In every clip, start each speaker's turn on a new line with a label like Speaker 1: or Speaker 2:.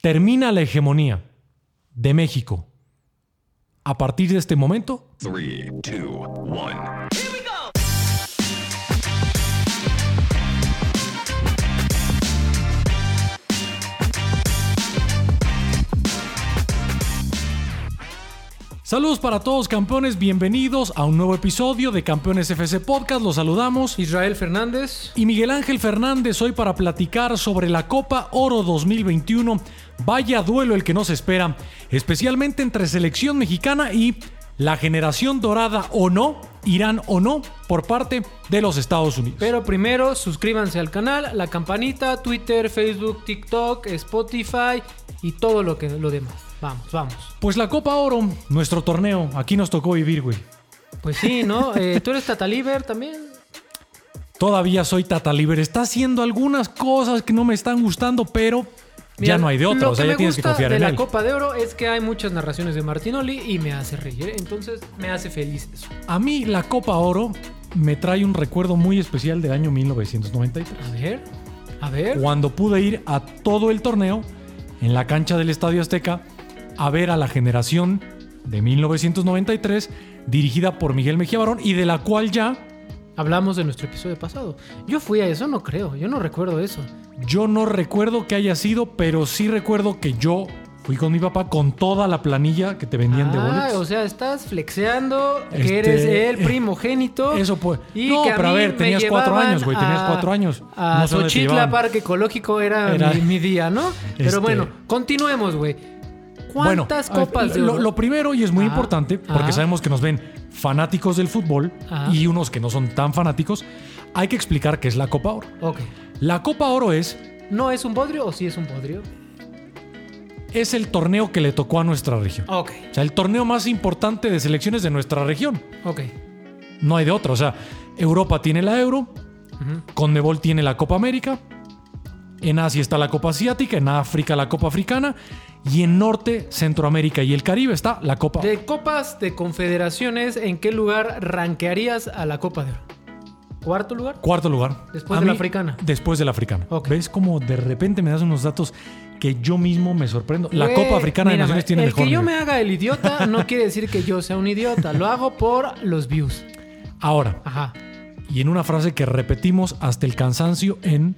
Speaker 1: Termina la hegemonía de México. A partir de este momento,
Speaker 2: Three, two, one.
Speaker 1: Saludos para todos campeones, bienvenidos a un nuevo episodio de Campeones FC Podcast, los saludamos.
Speaker 3: Israel Fernández.
Speaker 1: Y Miguel Ángel Fernández hoy para platicar sobre la Copa Oro 2021. Vaya duelo el que nos espera, especialmente entre selección mexicana y la generación dorada o no, Irán o no, por parte de los Estados Unidos.
Speaker 3: Pero primero, suscríbanse al canal, la campanita, Twitter, Facebook, TikTok, Spotify y todo lo que lo demás. Vamos, vamos.
Speaker 1: Pues la Copa Oro, nuestro torneo, aquí nos tocó vivir, güey.
Speaker 3: Pues sí, ¿no? Eh, Tú eres Tataliber también.
Speaker 1: Todavía soy Tata Libre, está haciendo algunas cosas que no me están gustando, pero
Speaker 3: Mira,
Speaker 1: ya no hay de
Speaker 3: lo
Speaker 1: otro, o sea,
Speaker 3: que
Speaker 1: ya
Speaker 3: me
Speaker 1: tienes que
Speaker 3: gusta
Speaker 1: confiar
Speaker 3: de
Speaker 1: en
Speaker 3: la
Speaker 1: él.
Speaker 3: Copa de Oro es que hay muchas narraciones de Martinoli y me hace reír, ¿eh? entonces me hace feliz eso.
Speaker 1: A mí la Copa Oro me trae un recuerdo muy especial del año 1993,
Speaker 3: A ver, a ver.
Speaker 1: cuando pude ir a todo el torneo en la cancha del Estadio Azteca a ver a la generación de 1993 dirigida por Miguel Mejía Barón y de la cual ya
Speaker 3: Hablamos de nuestro episodio pasado. Yo fui a eso, no creo, yo no recuerdo eso.
Speaker 1: yo no recuerdo que haya sido, pero sí recuerdo que yo fui con mi papá con toda la planilla que te vendían de
Speaker 3: Ah,
Speaker 1: boletos.
Speaker 3: o sea, estás flexeando
Speaker 1: Este,
Speaker 3: que eres el primogénito.
Speaker 1: eso pues.
Speaker 3: Y
Speaker 1: No,
Speaker 3: que
Speaker 1: pero a
Speaker 3: mí
Speaker 1: ver,
Speaker 3: me
Speaker 1: tenías cuatro
Speaker 3: llevaban
Speaker 1: años, güey, tenías
Speaker 3: a-
Speaker 1: cuatro años.
Speaker 3: A
Speaker 1: No sé dónde te
Speaker 3: Xochitla
Speaker 1: llevaban.
Speaker 3: Parque Ecológico era,
Speaker 1: Era-
Speaker 3: Mi, mi día, ¿no?
Speaker 1: Este-
Speaker 3: Pero bueno, continuemos, güey.
Speaker 1: Bueno,
Speaker 3: ¿Cuántas
Speaker 1: a ver,
Speaker 3: copas de
Speaker 1: lo,
Speaker 3: oro?
Speaker 1: lo primero, y es muy
Speaker 3: Ah,
Speaker 1: importante, porque
Speaker 3: ah.
Speaker 1: sabemos que nos ven fanáticos del fútbol
Speaker 3: Ah.
Speaker 1: y unos que no son tan fanáticos, hay que explicar qué es la Copa Oro.
Speaker 3: Ok.
Speaker 1: La Copa Oro es,
Speaker 3: ¿No es un bodrio o sí es un bodrio?
Speaker 1: es el torneo que le tocó a nuestra región.
Speaker 3: Ok,
Speaker 1: O sea, el torneo más importante de selecciones de nuestra región.
Speaker 3: ok.
Speaker 1: No hay de otro. O sea, Europa tiene la Euro,
Speaker 3: Ujú.
Speaker 1: Conmebol tiene la Copa América, en Asia está la Copa Asiática, en África la Copa Africana y en Norte, Centroamérica y el Caribe está la Copa.
Speaker 3: De copas de confederaciones, ¿en qué lugar rankearías a la Copa de Oro? ¿Cuarto lugar?
Speaker 1: Cuarto lugar.
Speaker 3: Después
Speaker 1: A
Speaker 3: de la africana.
Speaker 1: Después de la africana.
Speaker 3: Ok.
Speaker 1: ¿Ves cómo de repente me das unos datos que yo mismo me sorprendo? La
Speaker 3: Güey,
Speaker 1: Copa Africana
Speaker 3: mírame,
Speaker 1: de Naciones tiene
Speaker 3: el
Speaker 1: mejor.
Speaker 3: que yo me
Speaker 1: nivel.
Speaker 3: haga el idiota no quiere decir que yo sea un idiota. Lo hago por los views.
Speaker 1: Ahora,
Speaker 3: Ajá.
Speaker 1: y en una frase que repetimos hasta el cansancio en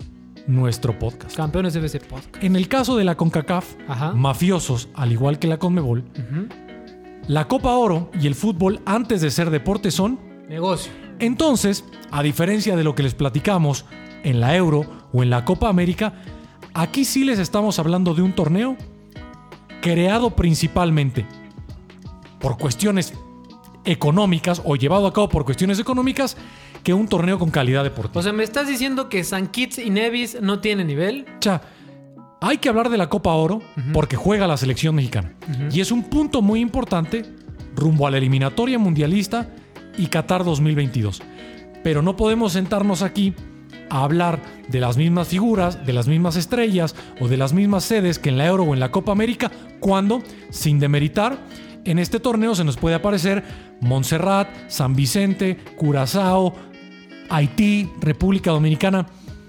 Speaker 1: nuestro podcast.
Speaker 3: Campeones FC Podcast.
Speaker 1: En el caso de la CONCACAF,
Speaker 3: Ajá.
Speaker 1: mafiosos, al igual que la CONMEBOL,
Speaker 3: Ujú.
Speaker 1: la Copa Oro y el fútbol, antes de ser deporte, son
Speaker 3: Negocio.
Speaker 1: Entonces, a diferencia de lo que les platicamos en la Euro o en la Copa América, aquí sí les estamos hablando de un torneo creado principalmente por cuestiones económicas o llevado a cabo por cuestiones económicas que un torneo con calidad
Speaker 3: O
Speaker 1: deportiva.
Speaker 3: sea, ¿me estás diciendo que San Kitts y Nevis no tienen nivel?
Speaker 1: O sea, hay que hablar de la Copa Oro porque juega la selección mexicana. Y es un punto muy importante rumbo a la eliminatoria mundialista y Qatar 2022. Pero no podemos sentarnos aquí a hablar de las mismas figuras, de las mismas estrellas o de las mismas sedes que en la Euro o en la Copa América cuando, sin demeritar, en este torneo se nos puede aparecer Montserrat, San Vicente, Curazao, Haití, República Dominicana.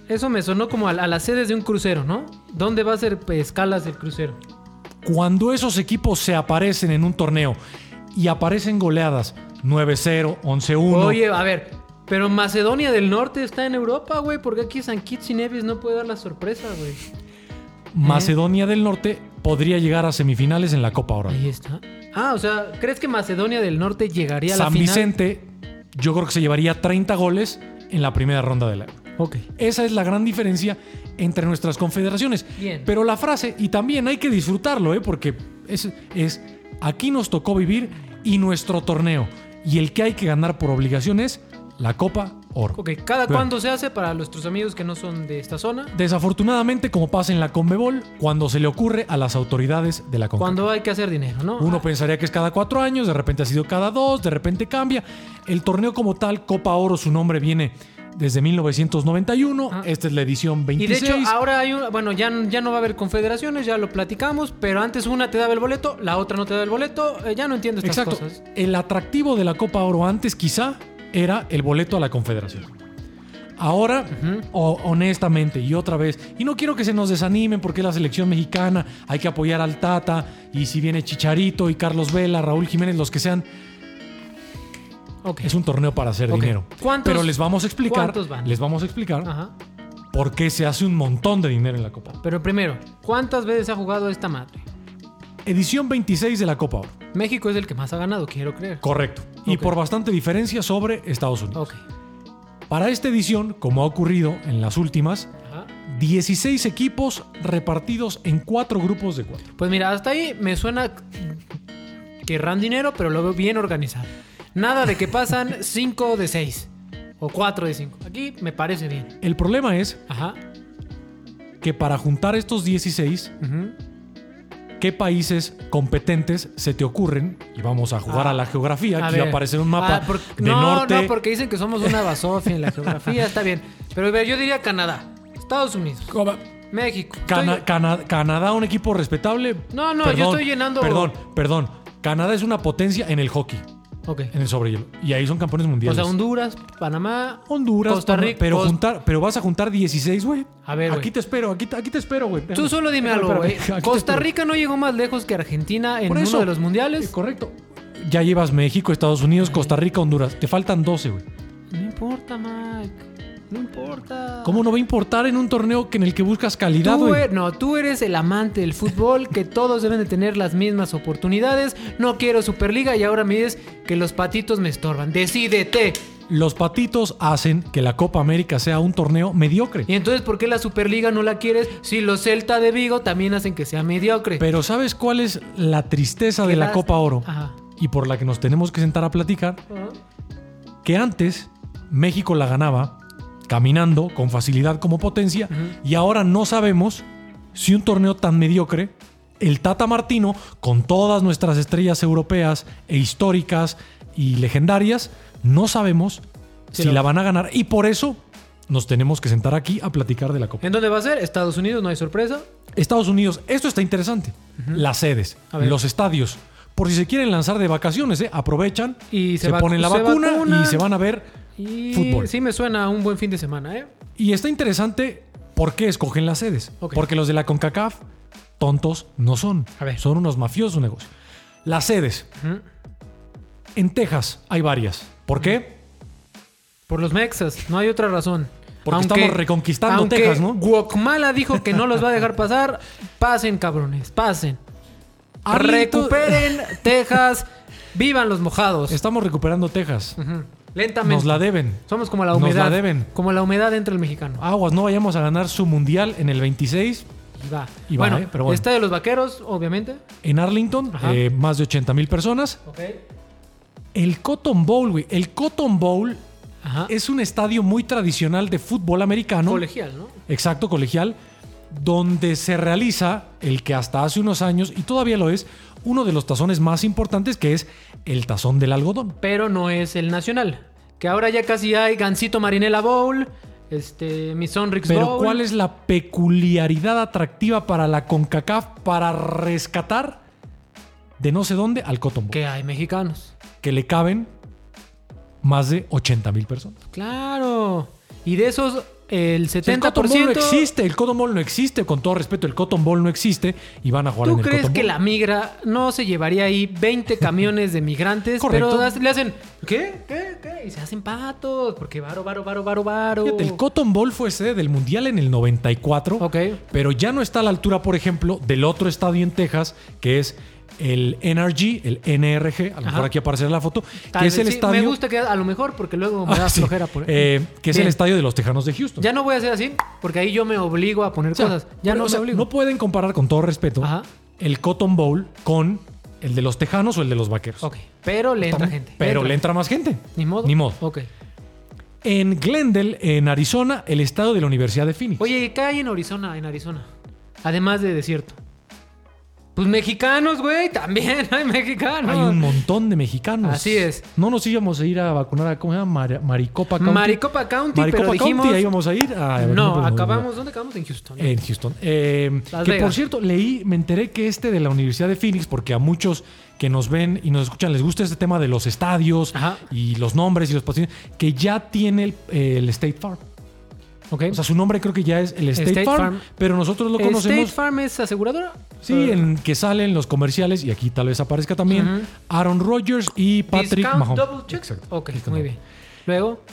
Speaker 3: Eso me sonó como a, a las sedes de un crucero, ¿no? ¿Dónde va a ser pues, escalas del crucero?
Speaker 1: cuando esos equipos se aparecen en un torneo y aparecen goleadas 9-0, 11-1.
Speaker 3: Oye, a ver, pero Macedonia del Norte está en Europa, güey. ¿Por qué aquí San Kitts y Nevis no puede dar la sorpresa, güey?
Speaker 1: Macedonia del Norte podría llegar a semifinales en la Copa Oro.
Speaker 3: Ahí está. Ah, o sea, ¿crees que Macedonia del Norte llegaría a la
Speaker 1: San
Speaker 3: final?
Speaker 1: Vicente, yo creo que se llevaría 30 goles en la primera ronda de la Euro.
Speaker 3: Ok.
Speaker 1: Esa es la gran diferencia entre nuestras confederaciones.
Speaker 3: Bien.
Speaker 1: Pero la frase, y también hay que disfrutarlo, ¿eh? porque es, es, aquí nos tocó vivir y nuestro torneo. Y el que hay que ganar por obligación es la Copa Oro.
Speaker 3: Ok, ¿cada
Speaker 1: Claro.
Speaker 3: cuándo se hace para nuestros amigos que no son de esta zona?
Speaker 1: Desafortunadamente, como pasa en la Conmebol, cuando se le ocurre a las autoridades de la Conmebol.
Speaker 3: Cuando hay que hacer dinero, ¿no?
Speaker 1: Uno
Speaker 3: Ah,
Speaker 1: pensaría que es cada cuatro años, de repente ha sido cada dos, de repente cambia. El torneo como tal, Copa Oro, su nombre viene desde 1991.
Speaker 3: Ah.
Speaker 1: Esta es la edición
Speaker 3: Y
Speaker 1: 26.
Speaker 3: de hecho, ahora hay un. Bueno, ya, ya no va a haber confederaciones, ya lo platicamos, pero antes una te daba el boleto, la otra no te daba el boleto. eh, ya no entiendo estas
Speaker 1: Exacto.
Speaker 3: cosas.
Speaker 1: El atractivo de la Copa Oro antes quizá era el boleto a la Confederación. Ahora, ho- honestamente, y otra vez, y no quiero que se nos desanimen porque es la selección mexicana, hay que apoyar al Tata, y si viene Chicharito y Carlos Vela, Raúl Jiménez, los que sean,
Speaker 3: Ok.
Speaker 1: es un torneo para hacer
Speaker 3: Ok.
Speaker 1: dinero.
Speaker 3: ¿Cuántos-
Speaker 1: Pero les vamos a explicar,
Speaker 3: cuántos van?
Speaker 1: les vamos a explicar
Speaker 3: Ajá.
Speaker 1: por qué se hace un montón de dinero en la Copa.
Speaker 3: Pero primero, ¿cuántas veces ha jugado esta madre?
Speaker 1: Edición 26 de la Copa Oro.
Speaker 3: México es el que más ha ganado, quiero creer.
Speaker 1: Correcto. Y
Speaker 3: Ok.
Speaker 1: por bastante diferencia sobre Estados Unidos.
Speaker 3: Ok.
Speaker 1: Para esta edición, como ha ocurrido en las últimas,
Speaker 3: Ajá.
Speaker 1: 16 equipos repartidos en cuatro grupos de cuatro.
Speaker 3: Pues mira, hasta ahí me suena querrán dinero, pero lo veo bien organizado. Nada de que pasan 5 de 6 o 4 de 5. Aquí me parece bien.
Speaker 1: El problema es
Speaker 3: Ajá.
Speaker 1: que para juntar estos 16,
Speaker 3: Ujú.
Speaker 1: ¿qué países competentes se te ocurren? Y vamos a jugar
Speaker 3: Ah,
Speaker 1: a la geografía,
Speaker 3: A
Speaker 1: aquí va
Speaker 3: ver.
Speaker 1: a aparecer un mapa
Speaker 3: Ah, por-
Speaker 1: de
Speaker 3: no,
Speaker 1: norte.
Speaker 3: no, porque dicen que somos una basofia en la geografía, está bien. Pero a ver, yo diría Canadá, Estados Unidos,
Speaker 1: Como-
Speaker 3: México.
Speaker 1: Cana-
Speaker 3: Estoy-
Speaker 1: Cana- Canadá, un equipo respetable.
Speaker 3: No, no, yo estoy llenando-
Speaker 1: Perdón, perdón. Canadá es una potencia en el hockey,
Speaker 3: Ok.
Speaker 1: en el sobrehielo. Y ahí son campeones
Speaker 3: O
Speaker 1: mundiales.
Speaker 3: sea, Honduras, Panamá,
Speaker 1: Honduras,
Speaker 3: Costa
Speaker 1: Panamá,
Speaker 3: Rica.
Speaker 1: Pero,
Speaker 3: Cos-
Speaker 1: juntar, pero vas a juntar 16, güey.
Speaker 3: A ver,
Speaker 1: Aquí
Speaker 3: güey.
Speaker 1: te espero, aquí, te- aquí te espero, güey.
Speaker 3: Tú solo dime algo,
Speaker 1: Espérame,
Speaker 3: güey.
Speaker 1: espérame. Aquí te
Speaker 3: Costa
Speaker 1: espero.
Speaker 3: Rica no llegó más lejos que Argentina en
Speaker 1: Por
Speaker 3: uno
Speaker 1: eso.
Speaker 3: de los mundiales.
Speaker 1: Eh, correcto. Ya llevas México, Estados Unidos, Costa Rica, Honduras. Te faltan 12, güey.
Speaker 3: No importa, Mike. No importa.
Speaker 1: ¿Cómo no va a importar en un torneo que en el que buscas calidad,
Speaker 3: Tú er-
Speaker 1: güey?
Speaker 3: eres, no, tú eres el amante del fútbol, que todos deben de tener las mismas oportunidades. No quiero Superliga y ahora me dices que los patitos me estorban. Decídete.
Speaker 1: Los patitos hacen que la Copa América sea un torneo mediocre.
Speaker 3: Y entonces, ¿por qué la Superliga no la quieres si los Celta de Vigo también hacen que sea mediocre?
Speaker 1: Pero ¿sabes cuál es la tristeza de
Speaker 3: Qué
Speaker 1: la
Speaker 3: lástima.
Speaker 1: Copa Oro?
Speaker 3: Ajá.
Speaker 1: Y por la que nos tenemos que sentar a platicar, que antes México la ganaba caminando con facilidad como potencia y ahora no sabemos si un torneo tan mediocre, el Tata Martino, con todas nuestras estrellas europeas e históricas y legendarias, no sabemos
Speaker 3: Sí,
Speaker 1: si
Speaker 3: lo-
Speaker 1: la van a ganar y por eso nos tenemos que sentar aquí a platicar de la Copa.
Speaker 3: ¿En dónde va a ser? Estados Unidos, no hay sorpresa.
Speaker 1: Estados Unidos, esto está interesante. Las sedes,
Speaker 3: A ver.
Speaker 1: los estadios. Por si se quieren lanzar de vacaciones, ¿eh? aprovechan
Speaker 3: Y se
Speaker 1: se,
Speaker 3: vacu-
Speaker 1: ponen la
Speaker 3: se
Speaker 1: vacuna
Speaker 3: vacunan.
Speaker 1: y se van a ver
Speaker 3: Y
Speaker 1: fútbol.
Speaker 3: sí me suena a un buen fin de semana, ¿eh?
Speaker 1: Y está interesante por qué escogen las sedes.
Speaker 3: Ok.
Speaker 1: Porque los de la CONCACAF, tontos no son.
Speaker 3: A ver.
Speaker 1: Son unos mafiosos de negocio. Las sedes.
Speaker 3: Ujú.
Speaker 1: En Texas hay varias. ¿Por qué?
Speaker 3: Por los mexas, no hay otra razón.
Speaker 1: Porque estamos reconquistando
Speaker 3: aunque
Speaker 1: Texas, ¿no?
Speaker 3: Guacmala dijo que no los va a dejar pasar. Pasen, cabrones, pasen.
Speaker 1: Arlington-
Speaker 3: Recuperen Texas. Vivan los mojados.
Speaker 1: Estamos recuperando Texas.
Speaker 3: Ujú. Lentamente.
Speaker 1: Nos la deben.
Speaker 3: Somos como la
Speaker 1: Nos la
Speaker 3: humedad.
Speaker 1: deben.
Speaker 3: Como la humedad entre el mexicano. Ah,
Speaker 1: Aguas, no vayamos a ganar su mundial en el 26
Speaker 3: Y va.
Speaker 1: Y va,
Speaker 3: bueno,
Speaker 1: ¿eh? Pero bueno.
Speaker 3: está de los vaqueros, obviamente.
Speaker 1: en Arlington,
Speaker 3: Ajá.
Speaker 1: eh, más de 80 mil personas.
Speaker 3: Ok.
Speaker 1: El Cotton Bowl, güey. El Cotton Bowl
Speaker 3: Ajá.
Speaker 1: es un estadio muy tradicional de fútbol americano.
Speaker 3: Ah. colegial, ¿no?
Speaker 1: exacto, colegial, donde se realiza el que hasta hace unos años, y todavía lo es, uno de los tazones más importantes, que es el tazón del algodón.
Speaker 3: Pero no es el nacional. Que ahora ya casi hay Gancito Marinela Bowl. Este, mi Sonrix
Speaker 1: Pero
Speaker 3: Bowl.
Speaker 1: ¿cuál es la peculiaridad atractiva para la CONCACAF para rescatar de no sé dónde al Cotton Bowl?
Speaker 3: Que hay mexicanos.
Speaker 1: Que le caben más de 80 mil personas.
Speaker 3: Claro. Y de esos, el 70%.
Speaker 1: El Cotton Bowl no existe, el Cotton Bowl no existe, con todo respeto, el Cotton Bowl no existe y van a jugar
Speaker 3: ¿Tú
Speaker 1: en el
Speaker 3: crees
Speaker 1: Cotton
Speaker 3: que
Speaker 1: Bowl.
Speaker 3: la migra no se llevaría ahí 20 camiones de migrantes?
Speaker 1: Correcto.
Speaker 3: Pero le hacen, ¿qué? ¿Qué? ¿Qué? Y se hacen patos, porque varo, varo, varo, varo, varo.
Speaker 1: Fíjate, el Cotton Bowl fue sede del Mundial en el 94.
Speaker 3: Ok.
Speaker 1: Pero ya no está a la altura, por ejemplo, del otro estadio en Texas, que es el NRG, el NRG, a lo
Speaker 3: Ajá.
Speaker 1: mejor aquí aparecerá la foto,
Speaker 3: Tal
Speaker 1: que
Speaker 3: vez
Speaker 1: es el
Speaker 3: sí.
Speaker 1: estadio.
Speaker 3: Me gusta que a lo mejor, porque luego me
Speaker 1: Ah,
Speaker 3: da
Speaker 1: sí.
Speaker 3: flojera. Por...
Speaker 1: Eh, que es
Speaker 3: Bien.
Speaker 1: el estadio de los Tejanos de Houston.
Speaker 3: Ya no voy a hacer así, porque ahí yo me obligo a poner
Speaker 1: O sea,
Speaker 3: cosas. Ya
Speaker 1: pero,
Speaker 3: no
Speaker 1: o sea,
Speaker 3: me obligo.
Speaker 1: no pueden comparar con todo respeto
Speaker 3: Ajá.
Speaker 1: el Cotton Bowl con el de los Tejanos o el de los Vaqueros.
Speaker 3: Ok. Pero le entra gente.
Speaker 1: Pero le entra más gente.
Speaker 3: Ni modo.
Speaker 1: Ni modo.
Speaker 3: Ok.
Speaker 1: En Glendale, en Arizona, el estado de la Universidad de Phoenix.
Speaker 3: Oye, ¿qué hay en Arizona? En Arizona. Además de desierto. Pues mexicanos, güey, también hay mexicanos.
Speaker 1: Hay un montón de mexicanos.
Speaker 3: Así es.
Speaker 1: No nos íbamos a ir a vacunar a, ¿cómo se llama? Mar- Maricopa County.
Speaker 3: Maricopa County,
Speaker 1: Maricopa
Speaker 3: pero dijimos-
Speaker 1: County, ahí íbamos a ir. Ah, a-
Speaker 3: no,
Speaker 1: pero-
Speaker 3: acabamos. ¿Dónde acabamos? En Houston.
Speaker 1: En Houston. Eh,
Speaker 3: Las
Speaker 1: que por
Speaker 3: Vegas.
Speaker 1: cierto, leí, me enteré que este de la Universidad de Phoenix, porque a muchos que nos ven y nos escuchan les gusta este tema de los estadios
Speaker 3: Ajá.
Speaker 1: y los nombres y los patrocinadores, que ya tiene el, el State Farm.
Speaker 3: Ok.
Speaker 1: O sea, su nombre creo que ya es el State,
Speaker 3: State
Speaker 1: Farm,
Speaker 3: Farm.
Speaker 1: pero nosotros lo
Speaker 3: State
Speaker 1: conocemos.
Speaker 3: Farm es aseguradora.
Speaker 1: Sí,
Speaker 3: Eh,
Speaker 1: en que salen los comerciales, y aquí tal vez aparezca también,
Speaker 3: Ujú.
Speaker 1: Aaron Rodgers y Patrick
Speaker 3: Discount
Speaker 1: Mahomes.
Speaker 3: Double Check.
Speaker 1: Exacto.
Speaker 3: Ok,
Speaker 1: Discount
Speaker 3: muy
Speaker 1: Double.
Speaker 3: bien. Luego,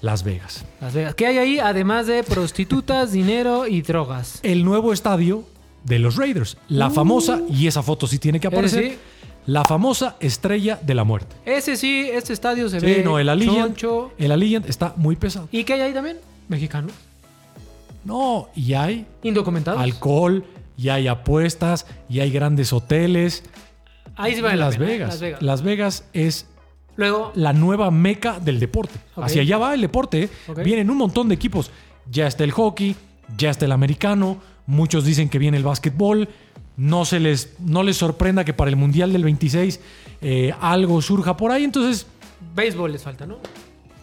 Speaker 1: Las Vegas.
Speaker 3: Las Vegas. ¿Qué hay ahí? Además de prostitutas, dinero y drogas.
Speaker 1: El nuevo estadio de los Raiders. La famosa, y esa foto sí tiene que
Speaker 3: Ese
Speaker 1: aparecer,
Speaker 3: Uh. Eh, sí.
Speaker 1: la famosa Estrella de la Muerte.
Speaker 3: Ese sí, este estadio se
Speaker 1: Sí,
Speaker 3: ve
Speaker 1: no, el Allegiant,
Speaker 3: choncho.
Speaker 1: el Allegiant está muy pesado.
Speaker 3: ¿Y qué hay ahí también? Mexicanos.
Speaker 1: No, y hay
Speaker 3: Indocumentados.
Speaker 1: alcohol, y hay apuestas, y hay grandes hoteles.
Speaker 3: ahí sí vale la
Speaker 1: Las,
Speaker 3: pena, ¿eh?
Speaker 1: Vegas.
Speaker 3: Las Vegas.
Speaker 1: Las Vegas es
Speaker 3: Luego,
Speaker 1: la nueva meca del deporte.
Speaker 3: Ok.
Speaker 1: Hacia allá va el deporte. ¿eh?
Speaker 3: Ok.
Speaker 1: Vienen un montón de equipos. Ya está el hockey, ya está el americano. Muchos dicen que viene el básquetbol. No, se les, no les sorprenda que para el Mundial del 26 eh, algo surja por ahí. Entonces,
Speaker 3: béisbol les falta, ¿no?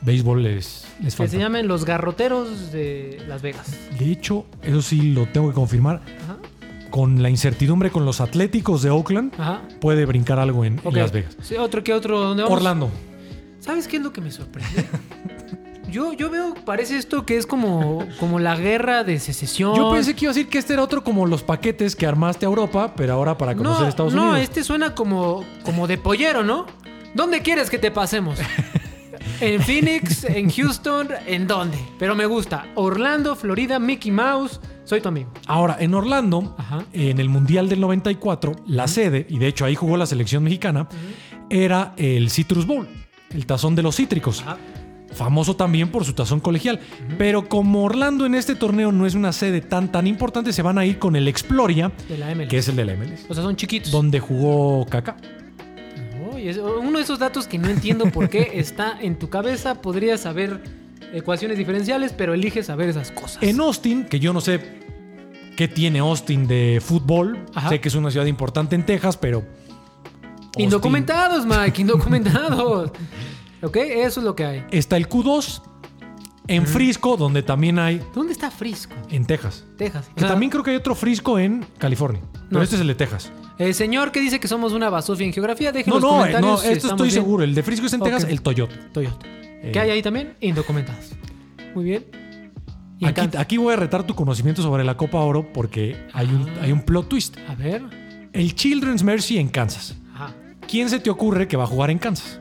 Speaker 1: béisbol les, les
Speaker 3: Que se
Speaker 1: falta.
Speaker 3: llamen los garroteros de Las Vegas.
Speaker 1: De hecho, eso sí lo tengo que confirmar.
Speaker 3: Ajá.
Speaker 1: Con la incertidumbre con los Atléticos de Oakland,
Speaker 3: Ajá.
Speaker 1: puede brincar algo en, en
Speaker 3: Ah. Ok.
Speaker 1: Las Vegas.
Speaker 3: Sí, otro que otro. ¿Dónde vamos?
Speaker 1: Orlando.
Speaker 3: ¿Sabes qué es lo que me sorprende? Yo, yo veo, parece esto que es como, como la guerra de secesión.
Speaker 1: Yo pensé que iba a decir que este era otro como los paquetes que armaste a Europa, pero ahora para conocer
Speaker 3: no,
Speaker 1: Estados
Speaker 3: no,
Speaker 1: Unidos.
Speaker 3: este suena como, como de pollero, ¿no? ¿Dónde quieres que te pasemos? ¿En Phoenix? ¿En Houston? ¿En dónde? Pero me gusta. Orlando, Florida, Mickey Mouse. Soy tu amigo.
Speaker 1: Ahora, en Orlando,
Speaker 3: Ajá.
Speaker 1: en el Mundial del 94, la sede, y de hecho ahí jugó la selección mexicana, era el Citrus Bowl, el tazón de los cítricos.
Speaker 3: Ajá.
Speaker 1: Famoso también por su tazón colegial. Pero como Orlando en este torneo no es una sede tan, tan importante, se van a ir con el Exploria,
Speaker 3: De la MLS.
Speaker 1: que es el de la MLS,
Speaker 3: O sea, son chiquitos.
Speaker 1: donde jugó Kaká.
Speaker 3: Uy, es uno de esos datos que no entiendo por qué está en tu cabeza. Podrías saber ecuaciones diferenciales, pero eliges saber esas cosas.
Speaker 1: En Austin, que yo no sé qué tiene Austin de fútbol,
Speaker 3: Ajá.
Speaker 1: sé que es una ciudad importante en Texas, pero... Austin-
Speaker 3: Indocumentados, Mike, indocumentados. ok, eso es lo que hay.
Speaker 1: Está el Q2 en Frisco, donde también hay
Speaker 3: ¿Dónde está Frisco?
Speaker 1: en Texas.
Speaker 3: Texas. O
Speaker 1: Que
Speaker 3: sea,
Speaker 1: también creo que hay otro Frisco en California. Pero
Speaker 3: No.
Speaker 1: este es el de Texas.
Speaker 3: El señor que dice que somos una basofia en geografía, dejen
Speaker 1: No,
Speaker 3: los
Speaker 1: no, eh,
Speaker 3: comentarios.
Speaker 1: no,
Speaker 3: si
Speaker 1: esto
Speaker 3: estamos
Speaker 1: estoy
Speaker 3: bien.
Speaker 1: seguro. El de Frisco es en
Speaker 3: Ok.
Speaker 1: Texas, el Toyota.
Speaker 3: Toyota.
Speaker 1: Eh,
Speaker 3: ¿Qué hay ahí también? Indocumentados. Muy bien.
Speaker 1: Aquí,
Speaker 3: Y encanta.
Speaker 1: aquí voy a retar tu conocimiento sobre la Copa Oro porque hay un,
Speaker 3: Ah.
Speaker 1: hay un plot twist.
Speaker 3: A ver.
Speaker 1: El Children's Mercy en Kansas.
Speaker 3: Ajá.
Speaker 1: ¿Quién se te ocurre que va a jugar en Kansas?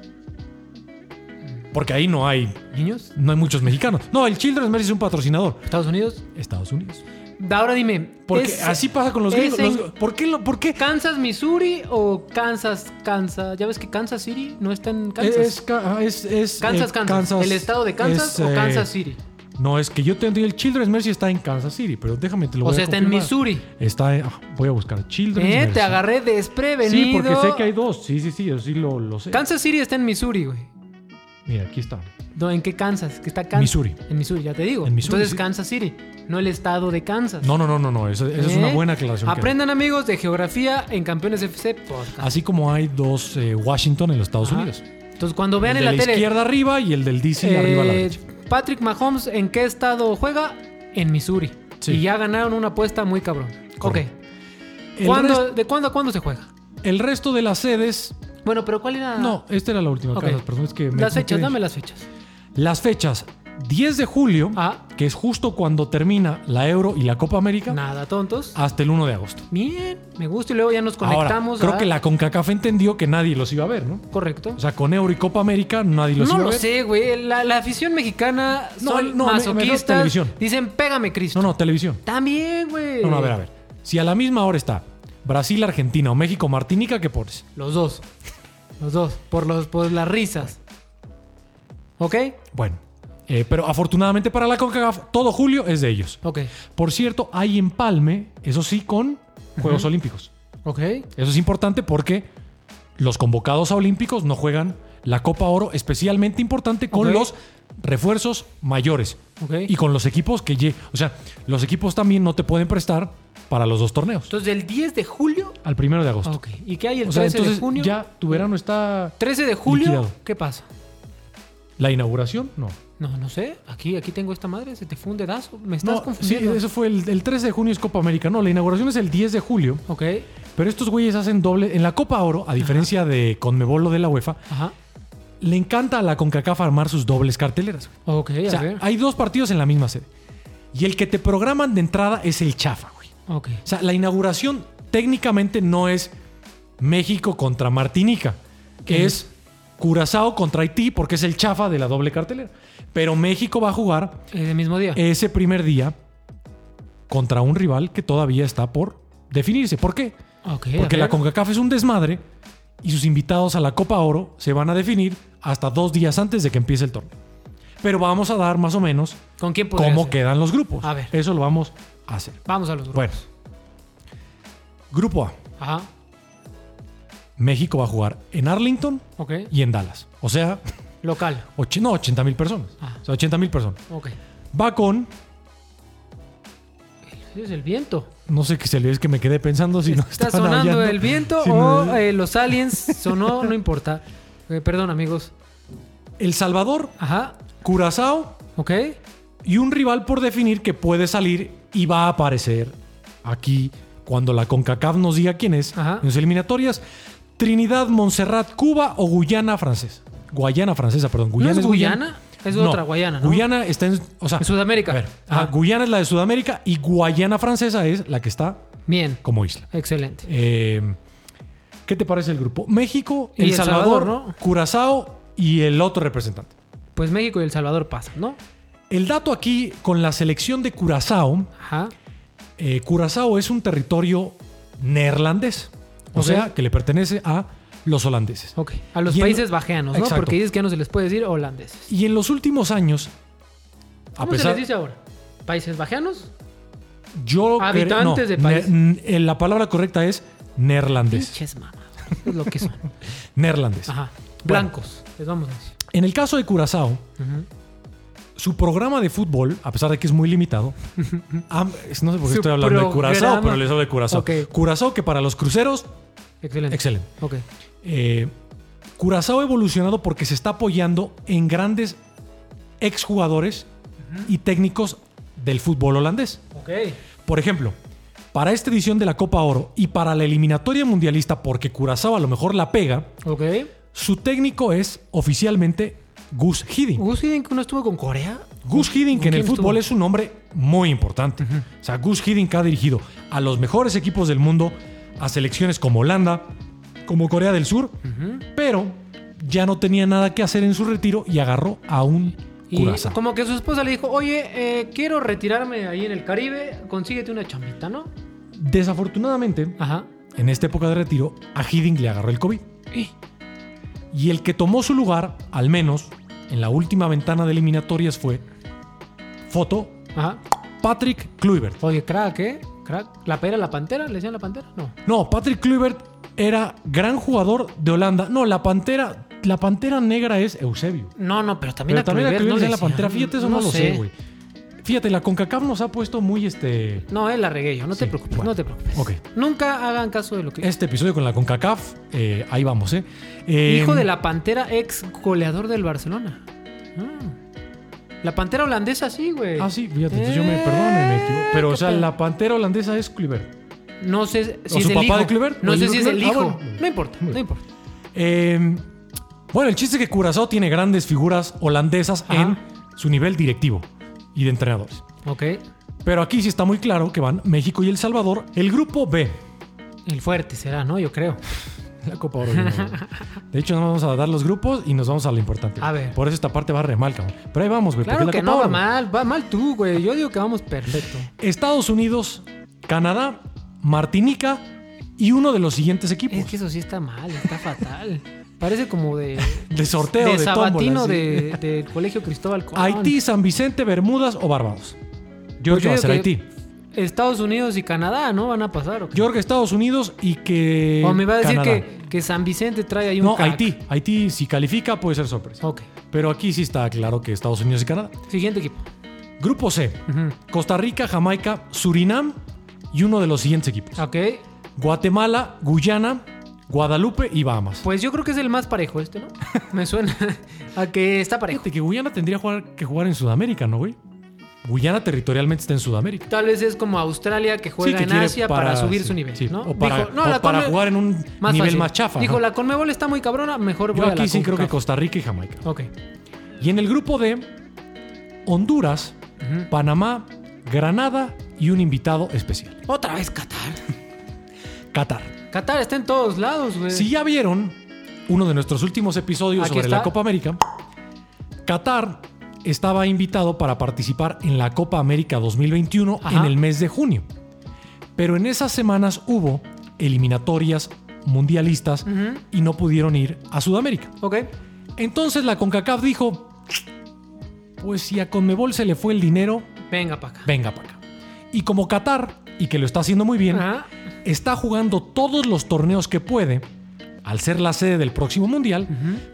Speaker 1: Porque ahí no hay,
Speaker 3: ¿Niños?
Speaker 1: no hay muchos mexicanos. No, el Children's Mercy es un patrocinador.
Speaker 3: ¿Estados Unidos?
Speaker 1: Estados Unidos.
Speaker 3: Ahora dime.
Speaker 1: Porque
Speaker 3: ¿es
Speaker 1: así pasa con los
Speaker 3: es
Speaker 1: gringos.
Speaker 3: en-
Speaker 1: Los- ¿Por qué? lo- ¿Por qué?
Speaker 3: ¿Kansas, Missouri o Kansas, Kansas? Ya ves que Kansas City no está en Kansas.
Speaker 1: Es, ca- es- es,
Speaker 3: Kansas,
Speaker 1: eh,
Speaker 3: Kansas. ¿El estado de Kansas
Speaker 1: es,
Speaker 3: o
Speaker 1: eh,
Speaker 3: Kansas City?
Speaker 1: No, es que yo te el Children's Mercy está en Kansas City, pero déjame te lo
Speaker 3: O
Speaker 1: voy a
Speaker 3: sea, está en
Speaker 1: confirmar.
Speaker 3: Missouri.
Speaker 1: Está en- ah, voy a buscar Children's
Speaker 3: Eh,
Speaker 1: Mercy.
Speaker 3: te agarré desprevenido.
Speaker 1: Sí, porque sé que hay dos. Sí, sí, sí, yo sí lo, lo sé.
Speaker 3: Kansas City está en Missouri, güey.
Speaker 1: Mira, aquí está.
Speaker 3: No, ¿En qué Kansas? Que está Kansas.
Speaker 1: Missouri.
Speaker 3: En Missouri, ya te digo.
Speaker 1: En Missouri,
Speaker 3: Entonces,
Speaker 1: sí.
Speaker 3: Kansas City, no el estado de Kansas.
Speaker 1: No, no, no, no, no. Esa, esa es
Speaker 3: ¿Eh?
Speaker 1: una buena aclaración. que- Ah,
Speaker 3: Aprendan, amigos, de geografía en Campeones FC Podcast.
Speaker 1: Así como hay dos eh, Washington en los Estados
Speaker 3: Ajá.
Speaker 1: Unidos.
Speaker 3: Entonces, cuando vean
Speaker 1: el
Speaker 3: en
Speaker 1: de
Speaker 3: la,
Speaker 1: la,
Speaker 3: tele.
Speaker 1: izquierda arriba y el del DC
Speaker 3: eh,
Speaker 1: arriba a la derecha.
Speaker 3: Patrick Mahomes, ¿en qué estado juega? En Missouri.
Speaker 1: Sí.
Speaker 3: Y ya ganaron una apuesta muy cabrón.
Speaker 1: Correcto.
Speaker 3: Ok.
Speaker 1: El,
Speaker 3: ¿Cuándo-
Speaker 1: rest-
Speaker 3: ¿De cuándo a cuándo se juega?
Speaker 1: el resto de las sedes.
Speaker 3: Bueno, pero ¿cuál era?
Speaker 1: No, esta era la última.
Speaker 3: Ah. Ok.
Speaker 1: Carlos, perdón, es que me
Speaker 3: las fechas,
Speaker 1: confundí.
Speaker 3: dame las fechas.
Speaker 1: Las fechas 10 de julio,
Speaker 3: Ah.
Speaker 1: que es justo cuando termina la Euro y la Copa América,
Speaker 3: Nada, tontos.
Speaker 1: hasta el 1 de agosto.
Speaker 3: Bien, me gusta y luego ya nos conectamos.
Speaker 1: Ahora, creo
Speaker 3: a-
Speaker 1: que la CONCACAF entendió que nadie los iba a ver, ¿no?
Speaker 3: Correcto.
Speaker 1: O sea, con Euro y Copa América nadie los
Speaker 3: no
Speaker 1: iba a
Speaker 3: lo
Speaker 1: ver.
Speaker 3: sé, güey. La, la afición mexicana
Speaker 1: No,
Speaker 3: son
Speaker 1: no, me- mejor
Speaker 3: masoquistas.
Speaker 1: televisión.
Speaker 3: Dicen, pégame, Cristo.
Speaker 1: No, no, televisión.
Speaker 3: También, güey.
Speaker 1: No, no, a ver, a ver. Si a la misma hora está Brasil, Argentina o México, Martinica, ¿qué pones?
Speaker 3: Los dos. Los dos. Por, los, por las risas. ¿Ok?
Speaker 1: Bueno, eh, pero afortunadamente para la CONCACAF, todo julio es de ellos.
Speaker 3: Ok.
Speaker 1: Por cierto, hay empalme, eso sí, con Juegos Olímpicos.
Speaker 3: Ok.
Speaker 1: Eso es importante porque los convocados a Olímpicos no juegan la Copa Oro, especialmente importante con
Speaker 3: Ok.
Speaker 1: los refuerzos mayores
Speaker 3: Ok.
Speaker 1: y con los equipos que lle- O sea, los equipos también no te pueden prestar para los dos torneos.
Speaker 3: Entonces, del 10 de julio.
Speaker 1: al primero de agosto.
Speaker 3: Ok. ¿Y qué hay el
Speaker 1: O sea,
Speaker 3: 13
Speaker 1: entonces
Speaker 3: de junio?
Speaker 1: ya tu verano está.
Speaker 3: 13 de julio.
Speaker 1: Liquidado.
Speaker 3: ¿Qué pasa?
Speaker 1: ¿La inauguración? No.
Speaker 3: No, no sé. Aquí, aquí tengo esta madre. Se te fue un dedazo. Me estás
Speaker 1: No, sí,
Speaker 3: confundiendo.
Speaker 1: eso fue el, el 13 de junio es Copa América. No, la inauguración es el 10 de julio.
Speaker 3: Ok.
Speaker 1: Pero estos güeyes hacen doble. En la Copa Oro, a diferencia de Conmebol o de la UEFA,
Speaker 3: Ajá.
Speaker 1: le encanta a la CONCACAF armar sus dobles carteleras.
Speaker 3: Ok,
Speaker 1: O
Speaker 3: a ver.
Speaker 1: sea, hay dos partidos en la misma sede. Y el que te programan de entrada es el chafa, güey.
Speaker 3: Ok. Eh,
Speaker 1: O sea, la inauguración técnicamente no es México contra Martinica.
Speaker 3: ¿Qué?
Speaker 1: Es Curazao contra Haití porque es el chafa de la doble cartelera. Pero México va a jugar
Speaker 3: Ese mismo día.
Speaker 1: ese primer día contra un rival que todavía está por definirse. ¿Por qué?
Speaker 3: Ok, a
Speaker 1: Porque la
Speaker 3: ver.
Speaker 1: CONCACAF es un desmadre y sus invitados a la Copa Oro se van a definir hasta dos días antes de que empiece el torneo. Pero vamos a dar más o menos
Speaker 3: ¿Con quién podría
Speaker 1: cómo
Speaker 3: ser?
Speaker 1: quedan los grupos.
Speaker 3: A ver.
Speaker 1: Eso lo vamos a hacer.
Speaker 3: Vamos a los grupos.
Speaker 1: Bueno. Grupo A.
Speaker 3: Ajá.
Speaker 1: México va a jugar en Arlington
Speaker 3: Ok.
Speaker 1: y en Dallas. O sea,
Speaker 3: Local.
Speaker 1: och- no, 80 mil personas.
Speaker 3: Ah.
Speaker 1: O sea, 80 mil personas.
Speaker 3: Ok.
Speaker 1: Va con,
Speaker 3: Es el viento.
Speaker 1: no sé qué se le es que me quedé pensando si no
Speaker 3: ¿Está
Speaker 1: estaban
Speaker 3: sonando
Speaker 1: aullando.
Speaker 3: el viento
Speaker 1: Si
Speaker 3: o
Speaker 1: no-
Speaker 3: eh, los aliens? Sonó, no importa. Eh, perdón, amigos.
Speaker 1: El Salvador,
Speaker 3: Ajá.
Speaker 1: Curazao
Speaker 3: Ok.
Speaker 1: y un rival por definir que puede salir y va a aparecer aquí cuando la CONCACAF nos diga quién es
Speaker 3: Ajá.
Speaker 1: en sus eliminatorias. Trinidad, Montserrat, Cuba o Guyana francesa. Guayana francesa, perdón. Guyana
Speaker 3: es Guyana? Es
Speaker 1: No,
Speaker 3: otra Guayana, ¿no?
Speaker 1: Guayana está en, o sea,
Speaker 3: En Sudamérica.
Speaker 1: a ver,
Speaker 3: Ajá.
Speaker 1: ah, Guyana es la de Sudamérica y Guayana francesa es la que está
Speaker 3: Bien.
Speaker 1: como isla.
Speaker 3: Excelente.
Speaker 1: Eh, ¿Qué te parece el grupo? México,
Speaker 3: Y
Speaker 1: El
Speaker 3: El
Speaker 1: Salvador,
Speaker 3: Salvador, ¿no?
Speaker 1: Curazao y el otro representante.
Speaker 3: Pues México y El Salvador pasan, ¿no?
Speaker 1: El dato aquí con la selección de Curazao,
Speaker 3: Ajá.
Speaker 1: eh, Curazao es un territorio neerlandés, o
Speaker 3: Ok.
Speaker 1: sea, que le pertenece a los holandeses.
Speaker 3: Ok. A los
Speaker 1: Y en-
Speaker 3: países bajeanos, ¿no?
Speaker 1: Exacto.
Speaker 3: Porque dices que ya no se les puede decir holandeses.
Speaker 1: Y en los últimos años, a
Speaker 3: ¿Cómo se
Speaker 1: pesar,
Speaker 3: les dice ahora? ¿Países bajeanos?
Speaker 1: yo cre-
Speaker 3: Habitantes de país.
Speaker 1: ne- n- la palabra correcta es neerlandés,
Speaker 3: Pinches mamás. Es lo que son.
Speaker 1: neerlandés.
Speaker 3: Ajá.
Speaker 1: Bueno.
Speaker 3: Blancos. Les vamos a decir.
Speaker 1: En el caso de Curazao,
Speaker 3: Ujú.
Speaker 1: su programa de fútbol, a pesar de que es muy limitado, am- es- no sé por qué
Speaker 3: Su
Speaker 1: estoy hablando de Curazao,
Speaker 3: programa.
Speaker 1: pero les hablo de Curazao.
Speaker 3: Ok.
Speaker 1: Curazao que para los cruceros,
Speaker 3: Excelente.
Speaker 1: excelente.
Speaker 3: Ok.
Speaker 1: Eh, Curazao ha evolucionado porque se está apoyando en grandes exjugadores y técnicos del fútbol holandés.
Speaker 3: Ok.
Speaker 1: Por ejemplo, para esta edición de la Copa Oro y para la eliminatoria mundialista, porque Curazao a lo mejor la pega,
Speaker 3: Ok.
Speaker 1: su técnico es oficialmente Gus Hiddink.
Speaker 3: ¿Gus Hiddink no estuvo con Corea?
Speaker 1: Gus Hiddink que en
Speaker 3: ¿Quién
Speaker 1: el fútbol
Speaker 3: estuvo?
Speaker 1: es un hombre muy importante. O sea, Gus Hiddink ha dirigido a los mejores equipos del mundo, a selecciones como Holanda, como Corea del Sur, pero ya no tenía nada que hacer en su retiro y agarró a un
Speaker 3: Y
Speaker 1: Curazao.
Speaker 3: como que su esposa le dijo, oye, eh, quiero retirarme ahí en el Caribe, consíguete una chambita, ¿no?
Speaker 1: Desafortunadamente,
Speaker 3: Ajá.
Speaker 1: en esta época de retiro, a Hiddink le agarró el COVID.
Speaker 3: Y-
Speaker 1: Y el que tomó su lugar, al menos en la última ventana de eliminatorias, fue foto
Speaker 3: Ajá.
Speaker 1: Patrick Kluivert.
Speaker 3: Oye, crack, ¿eh? Crack. ¿La pera, la pantera? ¿Le decían la pantera? No.
Speaker 1: No, Patrick Kluivert era gran jugador de Holanda. No, la pantera, la pantera negra es Eusebio.
Speaker 3: No, no, pero también
Speaker 1: Pero
Speaker 3: a
Speaker 1: también a
Speaker 3: Kluivert
Speaker 1: Kluivert
Speaker 3: no
Speaker 1: es
Speaker 3: le
Speaker 1: la
Speaker 3: decían.
Speaker 1: pantera. Fíjate, eso no, lo sé, güey. Fíjate, la CONCACAF nos ha puesto muy este.
Speaker 3: No, eh, la regué yo. No te
Speaker 1: Sí,
Speaker 3: preocupes,
Speaker 1: bueno.
Speaker 3: no te preocupes.
Speaker 1: Ok.
Speaker 3: Nunca hagan caso de lo que...
Speaker 1: Este episodio con la CONCACAF, eh, ahí vamos, ¿eh? Eh,
Speaker 3: Hijo de la pantera, ex goleador del Barcelona. Ah. La pantera holandesa, sí, güey. Eh,
Speaker 1: Ah, sí, fíjate, entonces yo me perdone, me equivoco. Pero, o sea, la pantera holandesa es Kluivert.
Speaker 3: No sé si
Speaker 1: ¿O
Speaker 3: es
Speaker 1: su
Speaker 3: el
Speaker 1: papá
Speaker 3: hijo.
Speaker 1: de Kluivert? ¿O
Speaker 3: No
Speaker 1: el
Speaker 3: sé
Speaker 1: hijo
Speaker 3: si es
Speaker 1: de
Speaker 3: el
Speaker 1: Kluivert? Ah,
Speaker 3: hijo.
Speaker 1: bueno.
Speaker 3: No importa, no importa.
Speaker 1: Eh, bueno, el chiste es que Curazao tiene grandes figuras holandesas
Speaker 3: Ajá.
Speaker 1: en su nivel directivo y de entrenadores.
Speaker 3: Ok.
Speaker 1: Pero aquí sí está muy claro que van México y El Salvador. El grupo B.
Speaker 3: El fuerte será, ¿no? Yo creo.
Speaker 1: La Copa Oro. vino, güey. De hecho, nos vamos a dar los grupos y nos vamos a lo importante.
Speaker 3: A ver.
Speaker 1: Por eso esta parte va re mal, cabrón. Pero ahí vamos, güey. porque
Speaker 3: Claro
Speaker 1: es la
Speaker 3: que
Speaker 1: Copa
Speaker 3: no, va
Speaker 1: Oro.
Speaker 3: mal. Va mal tú, güey. Yo digo que vamos perfecto.
Speaker 1: Estados Unidos, Canadá, Martinica y uno de los siguientes equipos.
Speaker 3: Es que eso sí está mal, está fatal. Parece como de...
Speaker 1: De sorteo, de,
Speaker 3: de sabatino
Speaker 1: tómbola, sí.
Speaker 3: de- del colegio Cristóbal Colón.
Speaker 1: Haití, San Vicente, Bermudas o Barbados. Georgia
Speaker 3: Pues yo
Speaker 1: va a ser
Speaker 3: digo que
Speaker 1: Haití.
Speaker 3: Estados Unidos y Canadá, ¿no? Van a pasar. ¿o qué?
Speaker 1: Georgia, Estados Unidos y que.
Speaker 3: o me va a decir
Speaker 1: Canadá.
Speaker 3: que, que San Vicente trae ahí un
Speaker 1: No,
Speaker 3: crack.
Speaker 1: Haití. Haití, si califica, puede ser sorpresa.
Speaker 3: Ok.
Speaker 1: Pero aquí sí está claro que Estados Unidos y Canadá.
Speaker 3: Siguiente equipo.
Speaker 1: Grupo C.
Speaker 3: Ujú.
Speaker 1: Costa Rica, Jamaica, Surinam y uno de los siguientes equipos.
Speaker 3: Ok.
Speaker 1: Guatemala, Guyana, Guadalupe y Bahamas.
Speaker 3: Pues yo creo que es el más parejo este, ¿no? Me suena a que está parejo.
Speaker 1: Fíjate que Guyana tendría jugar- que jugar en Sudamérica, ¿no, güey? Guyana territorialmente está en Sudamérica.
Speaker 3: Tal vez es como Australia que
Speaker 1: Sí,
Speaker 3: juega
Speaker 1: que
Speaker 3: en
Speaker 1: quiere
Speaker 3: Asia para, subir
Speaker 1: sí,
Speaker 3: su nivel,
Speaker 1: sí.
Speaker 3: ¿no?
Speaker 1: O para,
Speaker 3: Dijo, no,
Speaker 1: o
Speaker 3: la
Speaker 1: para
Speaker 3: Conme-
Speaker 1: jugar en un
Speaker 3: más
Speaker 1: nivel
Speaker 3: fácil.
Speaker 1: más chafa.
Speaker 3: Dijo,
Speaker 1: ¿no?
Speaker 3: la Conmebol está muy cabrona, mejor voy
Speaker 1: Yo
Speaker 3: a la
Speaker 1: aquí sí creo que
Speaker 3: CONCACAF".
Speaker 1: Costa Rica y Jamaica.
Speaker 3: Ok.
Speaker 1: Y en el grupo D, Honduras,
Speaker 3: Ujú.
Speaker 1: Panamá, Granada y un invitado especial,
Speaker 3: Otra vez Qatar.
Speaker 1: Qatar.
Speaker 3: Qatar está en todos lados, güey.
Speaker 1: Si ya vieron uno de nuestros últimos episodios
Speaker 3: Aquí
Speaker 1: sobre
Speaker 3: está.
Speaker 1: la Copa América, Qatar estaba invitado para participar en la Copa América 2021
Speaker 3: Ajá.
Speaker 1: en el mes de junio. Pero en esas semanas hubo eliminatorias mundialistas
Speaker 3: Ujú.
Speaker 1: y no pudieron ir a Sudamérica.
Speaker 3: Ok.
Speaker 1: Entonces la CONCACAF dijo, pues si a Conmebol se le fue el dinero,
Speaker 3: Venga para acá.
Speaker 1: venga para acá. Y como Qatar, y que lo está haciendo muy bien,
Speaker 3: Ajá.
Speaker 1: está jugando todos los torneos que puede, al ser la sede del próximo Mundial,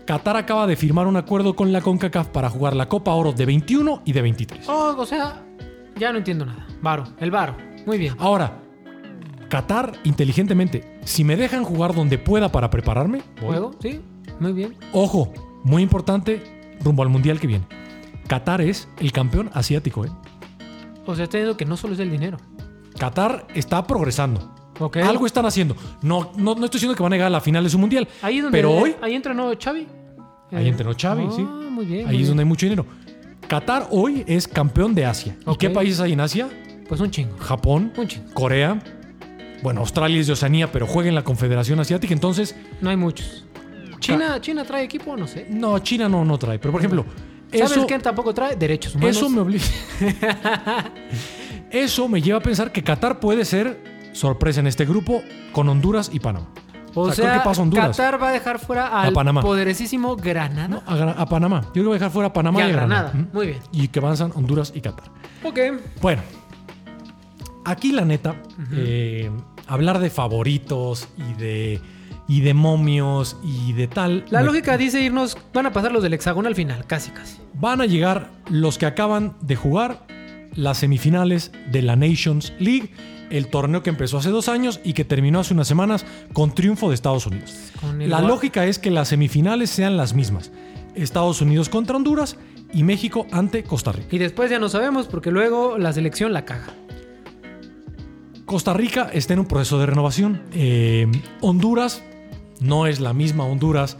Speaker 1: Qatar acaba de firmar un acuerdo con la CONCACAF para jugar la Copa Oro de 21 y de 23.
Speaker 3: Oh, o sea, ya no entiendo nada. Varo, el varo. Muy bien.
Speaker 1: Ahora, Qatar, inteligentemente, si me dejan jugar donde pueda para prepararme, voy.
Speaker 3: Juego, sí. Muy bien.
Speaker 1: Ojo, muy importante, rumbo al Mundial que viene. Qatar es el campeón asiático, ¿eh?
Speaker 3: O sea, está diciendo que no solo es el dinero.
Speaker 1: Qatar está progresando.
Speaker 3: Ok.
Speaker 1: Algo están haciendo. No, no, no estoy diciendo que van a llegar a la final de su mundial.
Speaker 3: Ahí es donde
Speaker 1: pero hoy,
Speaker 3: ahí entrenó Xavi.
Speaker 1: ahí
Speaker 3: Eh,
Speaker 1: entrenó Xavi,
Speaker 3: ah,
Speaker 1: sí.
Speaker 3: Muy bien.
Speaker 1: Ahí es donde hay mucho dinero. Qatar hoy es campeón de Asia.
Speaker 3: Ok.
Speaker 1: ¿Y qué países hay en Asia?
Speaker 3: Pues un chingo.
Speaker 1: Japón,
Speaker 3: Un chingo.
Speaker 1: Corea. Bueno, Australia es de Oceanía, pero juega en la Confederación Asiática. Entonces,
Speaker 3: No hay muchos. China, China trae equipo, no sé.
Speaker 1: no, China no, no trae. Pero, por ejemplo,
Speaker 3: ¿Sabes
Speaker 1: eso,
Speaker 3: quién tampoco trae? Derechos humanos.
Speaker 1: eso me obliga. eso me lleva a pensar que Qatar puede ser sorpresa en este grupo con Honduras y Panamá.
Speaker 3: O
Speaker 1: O sea, creo
Speaker 3: sea,
Speaker 1: que pasa Honduras.
Speaker 3: Qatar va a dejar fuera al
Speaker 1: A Panamá.
Speaker 3: poderosísimo Granada
Speaker 1: No, a, Gra- a Panamá. Yo creo que voy a dejar fuera Panamá
Speaker 3: y
Speaker 1: y,
Speaker 3: a
Speaker 1: a
Speaker 3: Granada.
Speaker 1: ¿Mm?
Speaker 3: Muy bien.
Speaker 1: y que avanzan Honduras y Qatar.
Speaker 3: Ok.
Speaker 1: Bueno, aquí la neta, eh, hablar de favoritos y de, y de momios y de tal.
Speaker 3: La
Speaker 1: me-
Speaker 3: lógica dice irnos, van a pasar los del hexágono al final, casi, casi.
Speaker 1: Van a llegar los que acaban de jugar las semifinales de la Nations League, el torneo que empezó hace dos años y que terminó hace unas semanas con triunfo de Estados Unidos.
Speaker 3: Con el
Speaker 1: La
Speaker 3: gua-
Speaker 1: lógica es que las semifinales sean las mismas. Estados Unidos contra Honduras y México ante Costa Rica.
Speaker 3: Y después ya no sabemos porque luego la selección la caga.
Speaker 1: Costa Rica está en un proceso de renovación. Eh, Honduras no es la misma Honduras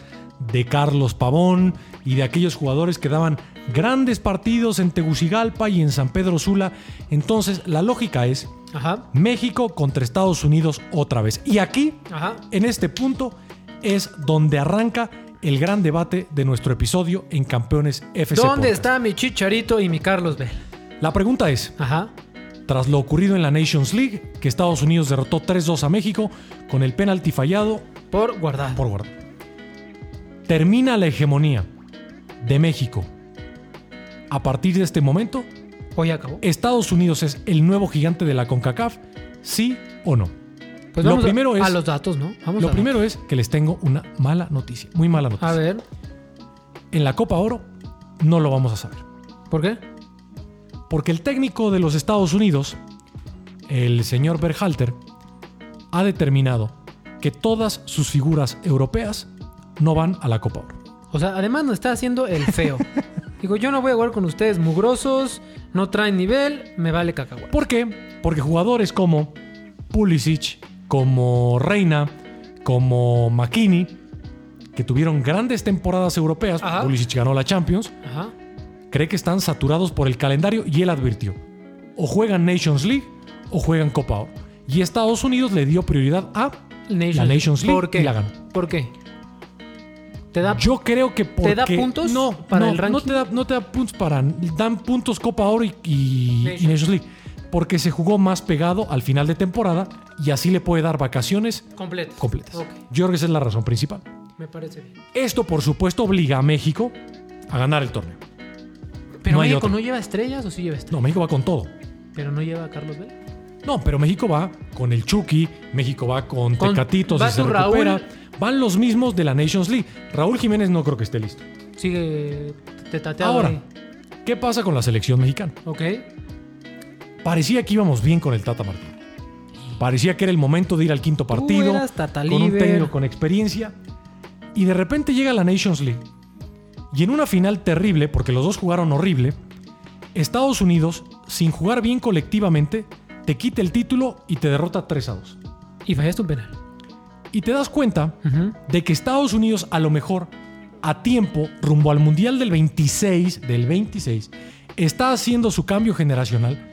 Speaker 1: de Carlos Pavón y de aquellos jugadores que daban grandes partidos en Tegucigalpa y en San Pedro Sula. Entonces, la lógica es
Speaker 3: Ajá.
Speaker 1: México contra Estados Unidos otra vez. Y aquí,
Speaker 3: Ajá.
Speaker 1: en este punto, es donde arranca el gran debate de nuestro episodio en Campeones FC.
Speaker 3: ¿Dónde
Speaker 1: Podcast.
Speaker 3: está mi Chicharito y mi Carlos Bell?
Speaker 1: La pregunta es,
Speaker 3: Ajá.
Speaker 1: tras lo ocurrido en la Nations League, que Estados Unidos derrotó 3-2 a México con el penalti fallado
Speaker 3: Por guardar.
Speaker 1: por guarda. ¿Termina la hegemonía de México a partir de este momento?
Speaker 3: Hoy acabó.
Speaker 1: ¿Estados Unidos es el nuevo gigante de la CONCACAF? ¿Sí o no?
Speaker 3: Pues
Speaker 1: lo
Speaker 3: vamos a-
Speaker 1: primero
Speaker 3: a,
Speaker 1: es-
Speaker 3: los datos, ¿no? Vamos
Speaker 1: Lo
Speaker 3: a-
Speaker 1: primero es que les tengo una mala noticia, muy mala
Speaker 3: A
Speaker 1: noticia.
Speaker 3: ver,
Speaker 1: En la Copa Oro no lo vamos a saber.
Speaker 3: ¿por qué?
Speaker 1: Porque el técnico de los Estados Unidos, el señor Berhalter, ha determinado que todas sus figuras europeas no van a la Copa Oro.
Speaker 3: O sea, además nos está haciendo el feo. Digo, yo no voy a jugar con ustedes mugrosos, no traen nivel, me vale cacahuate.
Speaker 1: ¿Por qué? Porque jugadores como Pulisic, como Reina, como McKinney, que tuvieron grandes temporadas europeas,
Speaker 3: Ajá.
Speaker 1: Pulisic ganó la Champions,
Speaker 3: Ajá.
Speaker 1: cree que están saturados por el calendario y él advirtió, o juegan Nations League o juegan Copa Oro. Y Estados Unidos le dio prioridad a La Nations League
Speaker 3: ¿Por qué?
Speaker 1: y la ganó.
Speaker 3: ¿Por qué? Te da
Speaker 1: Yo creo que porque...
Speaker 3: da puntos
Speaker 1: no,
Speaker 3: para
Speaker 1: no,
Speaker 3: el ranking?
Speaker 1: No te, da, no te da puntos para... Dan puntos Copa Oro y, y- y
Speaker 3: Nations.
Speaker 1: Nations League. Porque se jugó más pegado al final de temporada y así le puede dar vacaciones
Speaker 3: completo.
Speaker 1: completas.
Speaker 3: Ok,
Speaker 1: Yo creo que esa es la razón principal.
Speaker 3: me parece bien.
Speaker 1: Esto, por supuesto, obliga a México a ganar el torneo.
Speaker 3: Pero
Speaker 1: No hay
Speaker 3: México
Speaker 1: otro.
Speaker 3: no lleva estrellas o sí lleva estrellas.
Speaker 1: No, México va con todo.
Speaker 3: Pero no lleva a Carlos Vela.
Speaker 1: No, pero México va con el Chucky, México va con,
Speaker 3: Con-
Speaker 1: Tecatitos,
Speaker 3: va
Speaker 1: si se
Speaker 3: tu Raúl.
Speaker 1: recupera. Van los mismos de la Nations League. Raúl Jiménez no creo que esté listo.
Speaker 3: Sigue te tateado
Speaker 1: Ahora,
Speaker 3: ahí.
Speaker 1: ¿qué pasa con la selección mexicana?
Speaker 3: Ok.
Speaker 1: Parecía que íbamos bien con el Tata Martino. Parecía que era el momento de ir al quinto partido
Speaker 3: eras Tata
Speaker 1: con un
Speaker 3: Liber.
Speaker 1: técnico con experiencia. Y de repente llega la Nations League. Y en una final terrible, porque los dos jugaron horrible, Estados Unidos, sin jugar bien colectivamente, te quita el título y te derrota 3 a 2.
Speaker 3: Y fallaste un penal.
Speaker 1: Y te das cuenta
Speaker 3: Ujú.
Speaker 1: de que Estados Unidos a lo mejor a tiempo rumbo al Mundial del 26, del 26, está haciendo su cambio generacional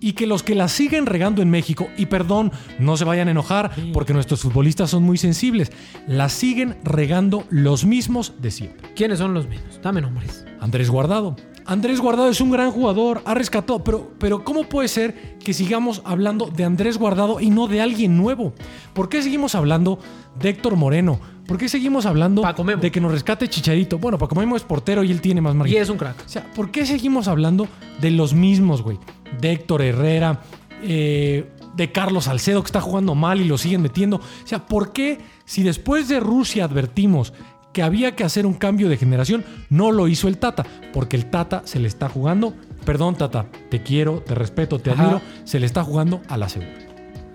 Speaker 1: y que los que la siguen regando en México, y perdón, no se vayan a enojar porque nuestros futbolistas son muy sensibles, la siguen regando los mismos de siempre.
Speaker 3: ¿Quiénes son los mismos? Dame nombres.
Speaker 1: Andrés Guardado. Andrés Guardado es un gran jugador, ha rescatado, pero, pero ¿cómo puede ser que sigamos hablando de Andrés Guardado y no de alguien nuevo? ¿Por qué seguimos hablando de Héctor Moreno? ¿Por qué seguimos hablando
Speaker 3: Paco Memo.
Speaker 1: de que nos rescate Chicharito? Bueno, Paco Memo es portero y él tiene más margen.
Speaker 3: Y es un crack.
Speaker 1: O sea, ¿por qué seguimos hablando de los mismos, güey? De Héctor Herrera, eh, de Carlos Salcedo que está jugando mal y lo siguen metiendo. O sea, ¿por qué si después de Rusia advertimos que había que hacer un cambio de generación, no lo hizo el Tata? Porque el Tata se le está jugando, perdón Tata, te quiero, te respeto, te
Speaker 3: Ajá.
Speaker 1: admiro, se le está jugando a la segunda.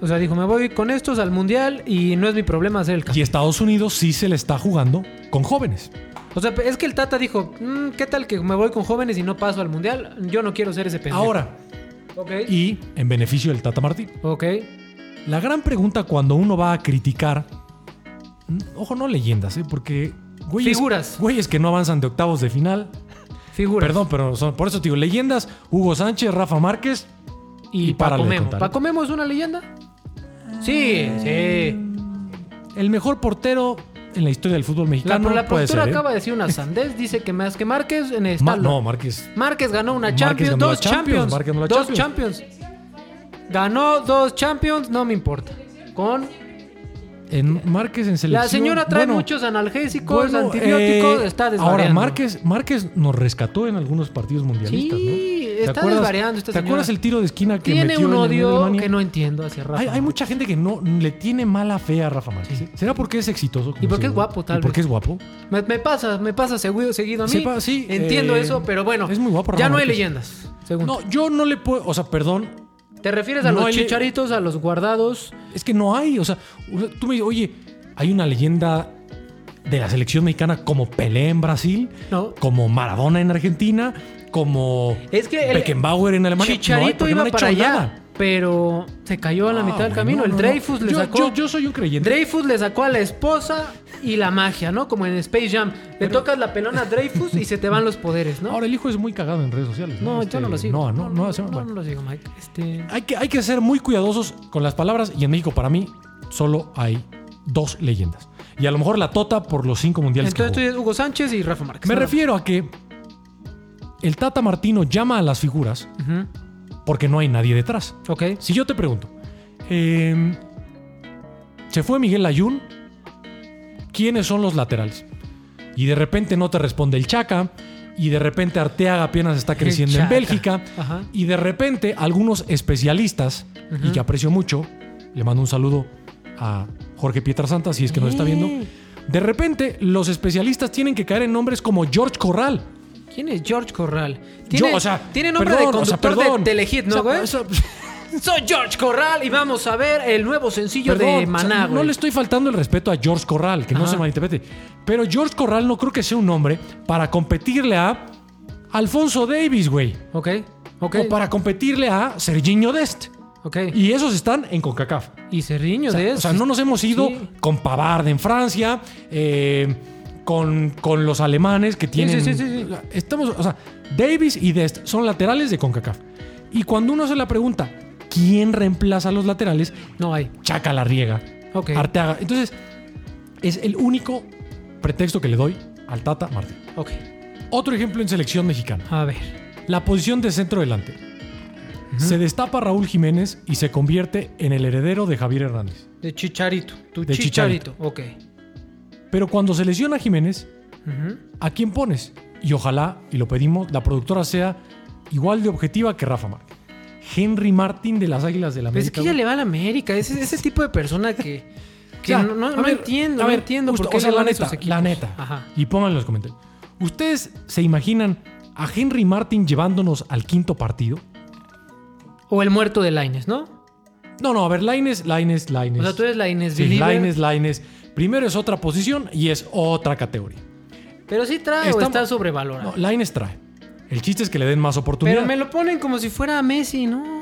Speaker 3: O sea, dijo, me voy con estos al mundial y no es mi problema hacer el
Speaker 1: Y
Speaker 3: cambio.
Speaker 1: Estados Unidos sí se le está jugando con jóvenes.
Speaker 3: O sea, es que el Tata dijo, "Mm, ¿qué tal que me voy con jóvenes y no paso al mundial? Yo no quiero ser ese pendejo.
Speaker 1: Ahora,
Speaker 3: Ok.
Speaker 1: y en beneficio del Tata Martín.
Speaker 3: Ok.
Speaker 1: La gran pregunta cuando uno va a criticar, mm, ojo, no leyendas, ¿eh? porque güeyes,
Speaker 3: Figuras.
Speaker 1: güeyes que no avanzan de octavos de final.
Speaker 3: Figuras.
Speaker 1: Perdón, pero son, por eso te digo, leyendas, Hugo Sánchez, Rafa Márquez.
Speaker 3: Y,
Speaker 1: y
Speaker 3: Paco
Speaker 1: párale de
Speaker 3: Memo.
Speaker 1: contar.
Speaker 3: ¿Paco Memo es una leyenda? Sí, sí.
Speaker 1: El mejor portero en la historia del fútbol
Speaker 3: La,
Speaker 1: mexicano.
Speaker 3: la
Speaker 1: puede
Speaker 3: productora
Speaker 1: ser, ¿eh?
Speaker 3: acaba de decir una sandez. Dice que más que Márquez en
Speaker 1: Ma-
Speaker 3: esta
Speaker 1: no, Márquez.
Speaker 3: Márquez ganó una
Speaker 1: Márquez
Speaker 3: Champions,
Speaker 1: ganó la
Speaker 3: dos
Speaker 1: Champions,
Speaker 3: Champions,
Speaker 1: Márquez ganó la
Speaker 3: dos
Speaker 1: Champions.
Speaker 3: Champions. Ganó dos Champions, no me importa. Con
Speaker 1: En Márquez en selección.
Speaker 3: la señora trae
Speaker 1: bueno,
Speaker 3: muchos analgésicos,
Speaker 1: bueno,
Speaker 3: antibióticos,
Speaker 1: eh,
Speaker 3: está desvariando.
Speaker 1: Ahora, Márquez, Márquez nos rescató en algunos partidos mundialistas, ¿no?
Speaker 3: Sí,
Speaker 1: ¿Te
Speaker 3: está
Speaker 1: acuerdas-
Speaker 3: desvariando esta
Speaker 1: ¿Te
Speaker 3: señora.
Speaker 1: acuerdas el tiro de esquina que
Speaker 3: Tiene
Speaker 1: metió
Speaker 3: un
Speaker 1: en
Speaker 3: odio
Speaker 1: Alemania?
Speaker 3: que no entiendo hacia Rafa.
Speaker 1: Hay, hay mucha gente que no le tiene mala fe a Rafa Márquez.
Speaker 3: Sí.
Speaker 1: ¿Será porque es exitoso? como
Speaker 3: Y porque
Speaker 1: se
Speaker 3: es
Speaker 1: dice?
Speaker 3: guapo, tal
Speaker 1: ¿Y porque
Speaker 3: vez.
Speaker 1: es guapo?
Speaker 3: Me, me pasa, me pasa seguido, seguido a mí.
Speaker 1: Sepa- sí,
Speaker 3: Entiendo
Speaker 1: eh,
Speaker 3: eso, pero bueno.
Speaker 1: es muy guapo Rafa
Speaker 3: Ya no hay
Speaker 1: Márquez.
Speaker 3: leyendas. Según.
Speaker 1: No, yo no le puedo. O sea, perdón.
Speaker 3: ¿Te refieres a
Speaker 1: no
Speaker 3: los
Speaker 1: hay le-
Speaker 3: chicharitos, a los guardados?
Speaker 1: Es que no hay. O sea, tú me dices, oye, hay una leyenda de la selección mexicana como Pelé en Brasil,
Speaker 3: No.
Speaker 1: como Maradona en Argentina, como
Speaker 3: Es que el-
Speaker 1: Beckenbauer en Alemania. No hay,
Speaker 3: Chicharito
Speaker 1: porque no
Speaker 3: iba
Speaker 1: han hecho
Speaker 3: para allá,
Speaker 1: nada.
Speaker 3: pero se cayó a la
Speaker 1: Ah,
Speaker 3: mitad del
Speaker 1: güey,
Speaker 3: camino.
Speaker 1: no,
Speaker 3: el
Speaker 1: no, no.
Speaker 3: Dreyfus le
Speaker 1: Yo-
Speaker 3: sacó.
Speaker 1: Yo, yo soy un creyente.
Speaker 3: Dreyfus le sacó a la esposa y la magia, ¿no? Como en Space Jam. Le tocas la pelona a Dreyfus y se te van los poderes, ¿no?
Speaker 1: Ahora, el hijo es muy cagado en redes sociales.
Speaker 3: no, yo no
Speaker 1: Este,
Speaker 3: lo
Speaker 1: No,
Speaker 3: sigo.
Speaker 1: no, no. se- bueno.
Speaker 3: no lo sigo, Mike. Este,
Speaker 1: hay que, hay que ser muy cuidadosos con las palabras y en México para mí solo hay dos leyendas. Y a lo mejor la tota por los cinco mundiales que
Speaker 3: entonces
Speaker 1: jugó.
Speaker 3: estoy Hugo Sánchez y Rafa Márquez.
Speaker 1: Me
Speaker 3: Nada.
Speaker 1: refiero a que el Tata Martino llama a las figuras
Speaker 3: Ujú.
Speaker 1: porque no hay nadie detrás.
Speaker 3: Ok.
Speaker 1: Si yo te pregunto, eh, ¿se fue Miguel Ayun? ¿Quiénes son los laterales? Y de repente no te responde el Chaca, y de repente Arteaga apenas está creciendo en
Speaker 3: Chaca.
Speaker 1: Bélgica,
Speaker 3: Ajá.
Speaker 1: y de repente algunos especialistas, y que aprecio mucho, le mando un saludo a Jorge Pietrasanta, si es que nos está viendo,
Speaker 3: Eh.
Speaker 1: de repente los especialistas tienen que caer en nombres como George Corral.
Speaker 3: ¿Quién es George Corral? Tiene,
Speaker 1: Yo, o sea,
Speaker 3: tiene nombre
Speaker 1: perdón,
Speaker 3: de
Speaker 1: o sea,
Speaker 3: conductor
Speaker 1: perdón.
Speaker 3: de Telehit,
Speaker 1: O sea,
Speaker 3: ¿no, güey?
Speaker 1: eso- pues,
Speaker 3: Soy George Corral y vamos a ver el nuevo sencillo de
Speaker 1: Perdón, o sea,
Speaker 3: Maná, güey.
Speaker 1: no le estoy faltando el respeto a George Corral, que no
Speaker 3: Ajá.
Speaker 1: se malinterprete. Pero George Corral no creo que sea un nombre para competirle a Alfonso Davis, güey.
Speaker 3: Ok, ok.
Speaker 1: O para competirle a Serginho Dest.
Speaker 3: Ok.
Speaker 1: Y esos están en CONCACAF.
Speaker 3: Y Cerriño
Speaker 1: O sea,
Speaker 3: de
Speaker 1: o
Speaker 3: eso.
Speaker 1: sea, no nos hemos ido
Speaker 3: Sí.
Speaker 1: con Pavard en Francia, eh, con, con los alemanes que tienen.
Speaker 3: sí, sí, sí.
Speaker 1: Estamos, o sea, Davis y Dest son laterales de CONCACAF. Y cuando uno se la pregunta, ¿quién reemplaza a los laterales?
Speaker 3: No hay.
Speaker 1: Chaca la riega.
Speaker 3: Ok.
Speaker 1: Arteaga. Entonces, es el único pretexto que le doy al Tata Martín.
Speaker 3: Ok.
Speaker 1: Otro ejemplo en selección mexicana.
Speaker 3: A ver.
Speaker 1: La posición de centro delantero. Se destapa Raúl Jiménez y se convierte en el heredero de Javier Hernández.
Speaker 3: De Chicharito. Tu
Speaker 1: De
Speaker 3: Chicharito. Ok.
Speaker 1: Pero cuando se lesiona a Jiménez,
Speaker 3: Ujú.
Speaker 1: ¿a quién pones? Y ojalá, y lo pedimos, la productora sea igual de objetiva que Rafa Márquez. Henry Martín de las Águilas del la
Speaker 3: Pues es
Speaker 1: América.
Speaker 3: que ya
Speaker 1: güey.
Speaker 3: le va a la América. Ese, ese tipo de persona que. que
Speaker 1: O sea,
Speaker 3: no, no-
Speaker 1: a
Speaker 3: no
Speaker 1: ver,
Speaker 3: entiendo.
Speaker 1: a
Speaker 3: no
Speaker 1: ver,
Speaker 3: entiendo
Speaker 1: justo,
Speaker 3: por qué
Speaker 1: o sea,
Speaker 3: le
Speaker 1: la
Speaker 3: van a
Speaker 1: neta,
Speaker 3: esos equipos.
Speaker 1: la neta.
Speaker 3: Ajá.
Speaker 1: Y pónganlo en los comentarios. ¿Ustedes se imaginan a Henry Martin llevándonos al quinto partido?
Speaker 3: O el muerto de Laines, ¿no?
Speaker 1: No, no, a ver, Laines, Laines, Laines.
Speaker 3: O sea, tú eres Laines
Speaker 1: Sí,
Speaker 3: believer,
Speaker 1: Laines, Laines. Primero es otra posición y es otra categoría.
Speaker 3: Pero sí trae o
Speaker 1: Estamos-
Speaker 3: está sobrevalorado.
Speaker 1: No, Laines trae. El chiste es que le den más oportunidad.
Speaker 3: pero
Speaker 1: Pero,
Speaker 3: me lo ponen como si fuera Messi, ¿no?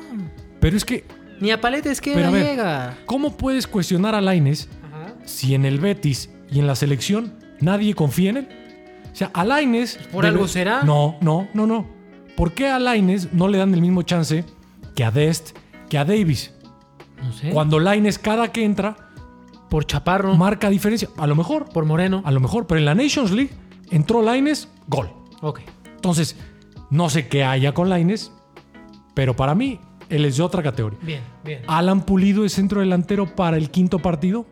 Speaker 1: es que,
Speaker 3: Ni a paletes que
Speaker 1: Pero a ver.
Speaker 3: llega.
Speaker 1: ¿cómo puedes cuestionar a Laines
Speaker 3: Ajá.
Speaker 1: si en el Betis y en la selección nadie confía en él? O sea, a Lainez...
Speaker 3: ¿Por algo será?
Speaker 1: No, no, no, no. ¿Por qué a Lainez no le dan el mismo chance que a Dest, que a Davis.
Speaker 3: No sé.
Speaker 1: Cuando Lines cada que entra
Speaker 3: Por Chaparro.
Speaker 1: marca diferencia. A lo mejor,
Speaker 3: por Moreno.
Speaker 1: a lo mejor, pero en la Nations League entró Lines, gol.
Speaker 3: Ok.
Speaker 1: Entonces, no sé qué haya con Laines, pero para mí, él es de otra categoría.
Speaker 3: Bien, bien.
Speaker 1: Alan Pulido es centro delantero para el quinto partido.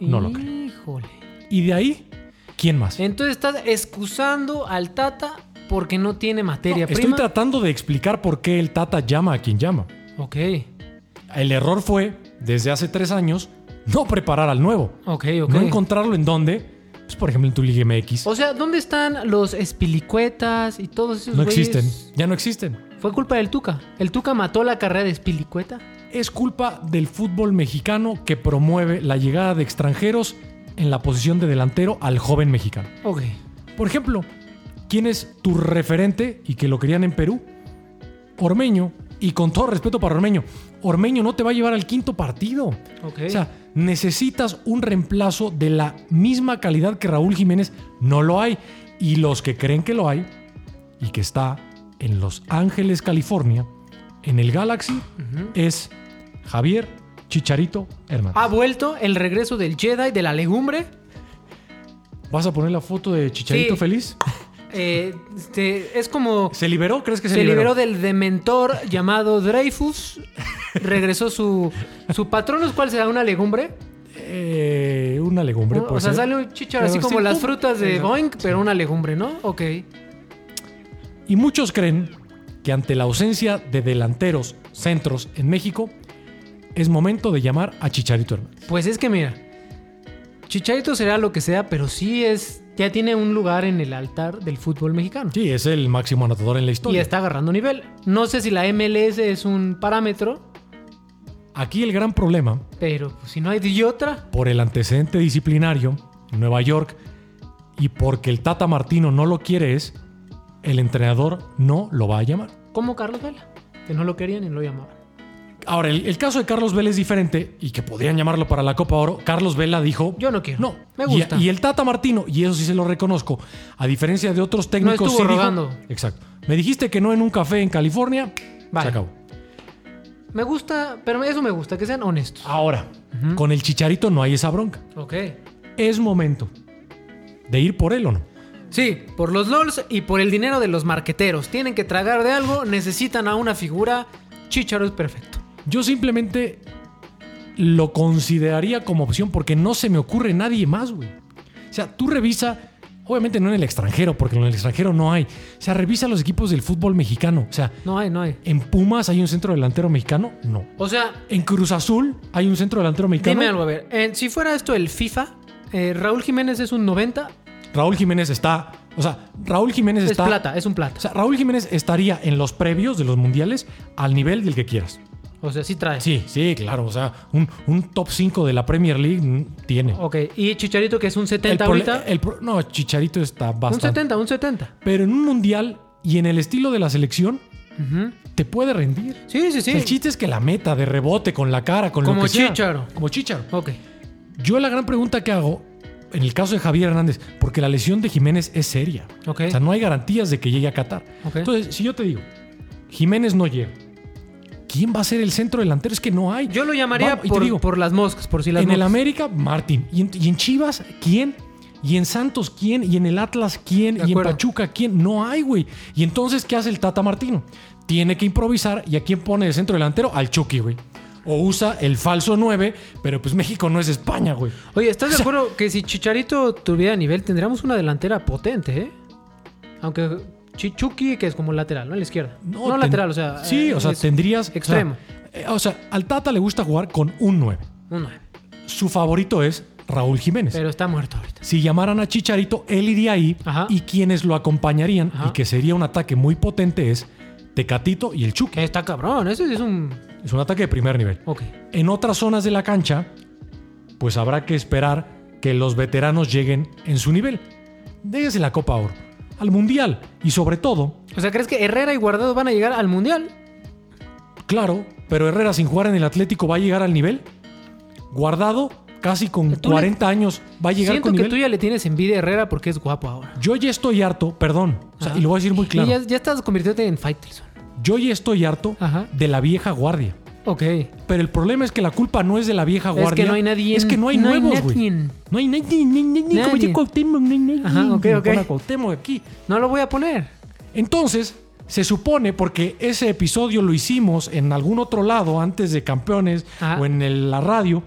Speaker 1: No lo creo.
Speaker 3: Híjole.
Speaker 1: Y de ahí, ¿quién más?
Speaker 3: Entonces estás excusando al Tata porque no tiene
Speaker 1: No,
Speaker 3: materia
Speaker 1: estoy
Speaker 3: prima.
Speaker 1: tratando de explicar por qué el Tata llama a quien llama.
Speaker 3: ok,
Speaker 1: El error fue, desde hace tres años, no preparar al nuevo.
Speaker 3: ok, ok.
Speaker 1: No encontrarlo en dónde. Pues, por ejemplo, en tu Liga MX.
Speaker 3: o sea, ¿dónde están los espilicuetas y todos esos
Speaker 1: No
Speaker 3: güeyes?
Speaker 1: existen. Ya no existen.
Speaker 3: Fue culpa del Tuca. ¿El Tuca mató la carrera de espilicueta?
Speaker 1: Es culpa del fútbol mexicano que promueve la llegada de extranjeros en la posición de delantero al joven mexicano.
Speaker 3: Ok.
Speaker 1: Por ejemplo, ¿quién es tu referente y que lo querían en Perú? Ormeño. Y con todo respeto para Ormeño, Ormeño no te va a llevar al quinto partido.
Speaker 3: Ok.
Speaker 1: O sea, necesitas un reemplazo de la misma calidad que Raúl Jiménez. No lo hay. Y los que creen que lo hay y que está en Los Ángeles, California, en el Galaxy, es Javier Chicharito Hernández.
Speaker 3: ¿Ha vuelto el regreso del Jedi de la legumbre?
Speaker 1: ¿Vas a poner la foto de Chicharito
Speaker 3: Sí.
Speaker 1: feliz?
Speaker 3: Eh, este, es como...
Speaker 1: ¿Se liberó? ¿Crees que se,
Speaker 3: Se liberó del dementor llamado Dreyfus. Regresó su, su patrono, ¿cuál será? ¿Una legumbre?
Speaker 1: Eh, una legumbre,
Speaker 3: o
Speaker 1: puede
Speaker 3: sea,
Speaker 1: ser.
Speaker 3: sale un chichar
Speaker 1: Pero
Speaker 3: así como
Speaker 1: sí,
Speaker 3: las
Speaker 1: pum.
Speaker 3: frutas de
Speaker 1: Exacto.
Speaker 3: Boeing, pero una legumbre, ¿no? Ok.
Speaker 1: Y muchos creen que ante la ausencia de delanteros, centros en México, es momento de llamar a Chicharito Hernández.
Speaker 3: Pues es que mira, Chicharito será lo que sea, pero sí es. Ya tiene un lugar en el altar del fútbol mexicano.
Speaker 1: Sí, es el máximo anotador en la
Speaker 3: Y
Speaker 1: historia.
Speaker 3: está agarrando nivel. No sé si la MLS es un parámetro,
Speaker 1: Aquí el gran problema,
Speaker 3: pero pues, si no hay de otra.
Speaker 1: por el antecedente disciplinario en Nueva York y porque el Tata Martino no lo quiere, es el entrenador no lo va a llamar.
Speaker 3: Como Carlos Vela, que no lo querían y lo llamaban.
Speaker 1: Ahora, el, el caso de Carlos Vela es diferente y que podrían llamarlo para la Copa Oro. Carlos Vela dijo:
Speaker 3: Yo no quiero.
Speaker 1: No,
Speaker 3: Me
Speaker 1: Y-
Speaker 3: gusta.
Speaker 1: Y, el Tata Martino, y eso sí se lo reconozco, a diferencia de otros técnicos.
Speaker 3: estuvo
Speaker 1: sí dijo-
Speaker 3: rogando.
Speaker 1: exacto. Me dijiste que no en un café en California.
Speaker 3: Vale.
Speaker 1: Se acabó.
Speaker 3: Me gusta, pero eso me gusta, que sean honestos.
Speaker 1: Ahora, con el chicharito no hay esa bronca.
Speaker 3: Ok.
Speaker 1: Es momento de ir por él o no.
Speaker 3: Sí, por los LOLs y por el dinero de los marqueteros. Tienen que tragar de algo, necesitan a una figura. Chicharo es perfecto.
Speaker 1: Yo simplemente lo consideraría como opción porque no se me ocurre nadie más, güey. O sea, tú revisa, obviamente no en el extranjero, porque en el extranjero no hay. O sea, revisa los equipos del fútbol mexicano. O sea,
Speaker 3: No hay, no hay.
Speaker 1: ¿en Pumas hay un centro delantero mexicano? No.
Speaker 3: O sea,
Speaker 1: ¿En Cruz Azul hay un centro delantero mexicano?
Speaker 3: dime algo, a ver. eh, si fuera esto el FIFA, eh, Raúl Jiménez es un 90,
Speaker 1: Raúl Jiménez está. O sea, Raúl Jiménez
Speaker 3: es
Speaker 1: está.
Speaker 3: plata, es un
Speaker 1: O
Speaker 3: plata.
Speaker 1: sea, Raúl Jiménez estaría en los previos de los mundiales al nivel del que quieras.
Speaker 3: O sea, sí trae.
Speaker 1: Sí, sí, claro. O sea, un, un top 5 de la Premier League mm, tiene.
Speaker 3: Ok, y Chicharito que es un
Speaker 1: El
Speaker 3: 70
Speaker 1: prole-
Speaker 3: ahorita.
Speaker 1: el pro- no, Chicharito está
Speaker 3: un
Speaker 1: bastante.
Speaker 3: 70, un 70.
Speaker 1: Pero en un mundial y en el estilo de la selección,
Speaker 3: Ujú.
Speaker 1: te puede rendir.
Speaker 3: Sí, sí,
Speaker 1: O sea,
Speaker 3: sí.
Speaker 1: el chiste es que la meta de rebote con la cara, con
Speaker 3: Como
Speaker 1: lo que sea.
Speaker 3: Chícharo.
Speaker 1: Como Chicharo.
Speaker 3: Ok.
Speaker 1: Yo la gran pregunta que hago, en el caso de Javier Hernández, porque la lesión de Jiménez es seria.
Speaker 3: Ok.
Speaker 1: O sea, no hay garantías de que llegue a Qatar.
Speaker 3: Ok.
Speaker 1: Entonces, si yo te digo, Jiménez no llega, ¿quién va a ser el centro delantero? Es que no hay.
Speaker 3: Yo lo llamaría
Speaker 1: Vamos, y te
Speaker 3: por,
Speaker 1: digo,
Speaker 3: por las moscas, por si las
Speaker 1: en el
Speaker 3: moscas.
Speaker 1: América, Martín. Y en, y en Chivas, ¿quién? Y en Santos, ¿quién? Y en el Atlas, ¿quién?
Speaker 3: De
Speaker 1: Y en
Speaker 3: acuerdo.
Speaker 1: Pachuca, ¿quién? No hay, güey. Y entonces, ¿qué hace el Tata Martino? Tiene que improvisar. ¿Y a quién pone de centro delantero? Al Chucky, güey. O usa el falso 9, pero pues México no es España, güey.
Speaker 3: Oye, ¿estás de acuerdo que si Chicharito tuviera nivel, tendríamos una delantera potente, eh? Aunque Chichuki, que es como lateral, ¿no? A la izquierda. No,
Speaker 1: ten-
Speaker 3: lateral, o sea.
Speaker 1: Sí,
Speaker 3: eh,
Speaker 1: o sea,
Speaker 3: es
Speaker 1: tendrías. o sea,
Speaker 3: Extremo.
Speaker 1: eh, O sea, al Tata le gusta jugar con un 9.
Speaker 3: un nueve.
Speaker 1: Su favorito es Raúl Jiménez.
Speaker 3: Pero está muerto ahorita.
Speaker 1: Si llamaran a Chicharito, él iría ahí
Speaker 3: Ajá.
Speaker 1: y quienes lo acompañarían
Speaker 3: Ajá.
Speaker 1: y que sería un ataque muy potente es Tecatito y el Chuque.
Speaker 3: Que está cabrón, ese es un.
Speaker 1: Es un ataque de primer nivel.
Speaker 3: Ok.
Speaker 1: En otras zonas de la cancha, pues habrá que esperar que los veteranos lleguen en su nivel. Desde la Copa Oro, al Mundial y sobre todo,
Speaker 3: O sea, ¿crees que Herrera y Guardado van a llegar al mundial?
Speaker 1: claro, pero Herrera sin jugar en el Atlético va a llegar al nivel. Guardado, casi con
Speaker 3: Tú le-
Speaker 1: 40 años, va a llegar
Speaker 3: Siento
Speaker 1: con
Speaker 3: que
Speaker 1: nivel.
Speaker 3: tú ya le tienes envidia a Herrera porque es guapo ahora.
Speaker 1: Yo ya estoy harto, perdón, o sea,
Speaker 3: Ajá.
Speaker 1: y lo voy a decir muy claro.
Speaker 3: Y ya, ya estás convirtiéndote en Faitelson.
Speaker 1: Yo ya estoy harto
Speaker 3: Ajá.
Speaker 1: de la vieja guardia.
Speaker 3: Ok.
Speaker 1: Pero el problema es que la culpa no es de la vieja guardia.
Speaker 3: que no hay nadie.
Speaker 1: Es que no hay
Speaker 3: No hay
Speaker 1: nuevos, güey.
Speaker 3: nadie.
Speaker 1: No hay nadie. ni- ni- ni- Como
Speaker 3: Nadie.
Speaker 1: dice Cuauhtémoc, no hay nadie.
Speaker 3: Ajá, ok,
Speaker 1: Pon
Speaker 3: ok.
Speaker 1: a Cuauhtémoc aquí.
Speaker 3: No lo voy a poner.
Speaker 1: Entonces, se supone, porque ese episodio lo hicimos en algún otro lado antes de Campeones
Speaker 3: Ajá.
Speaker 1: o en el- la radio,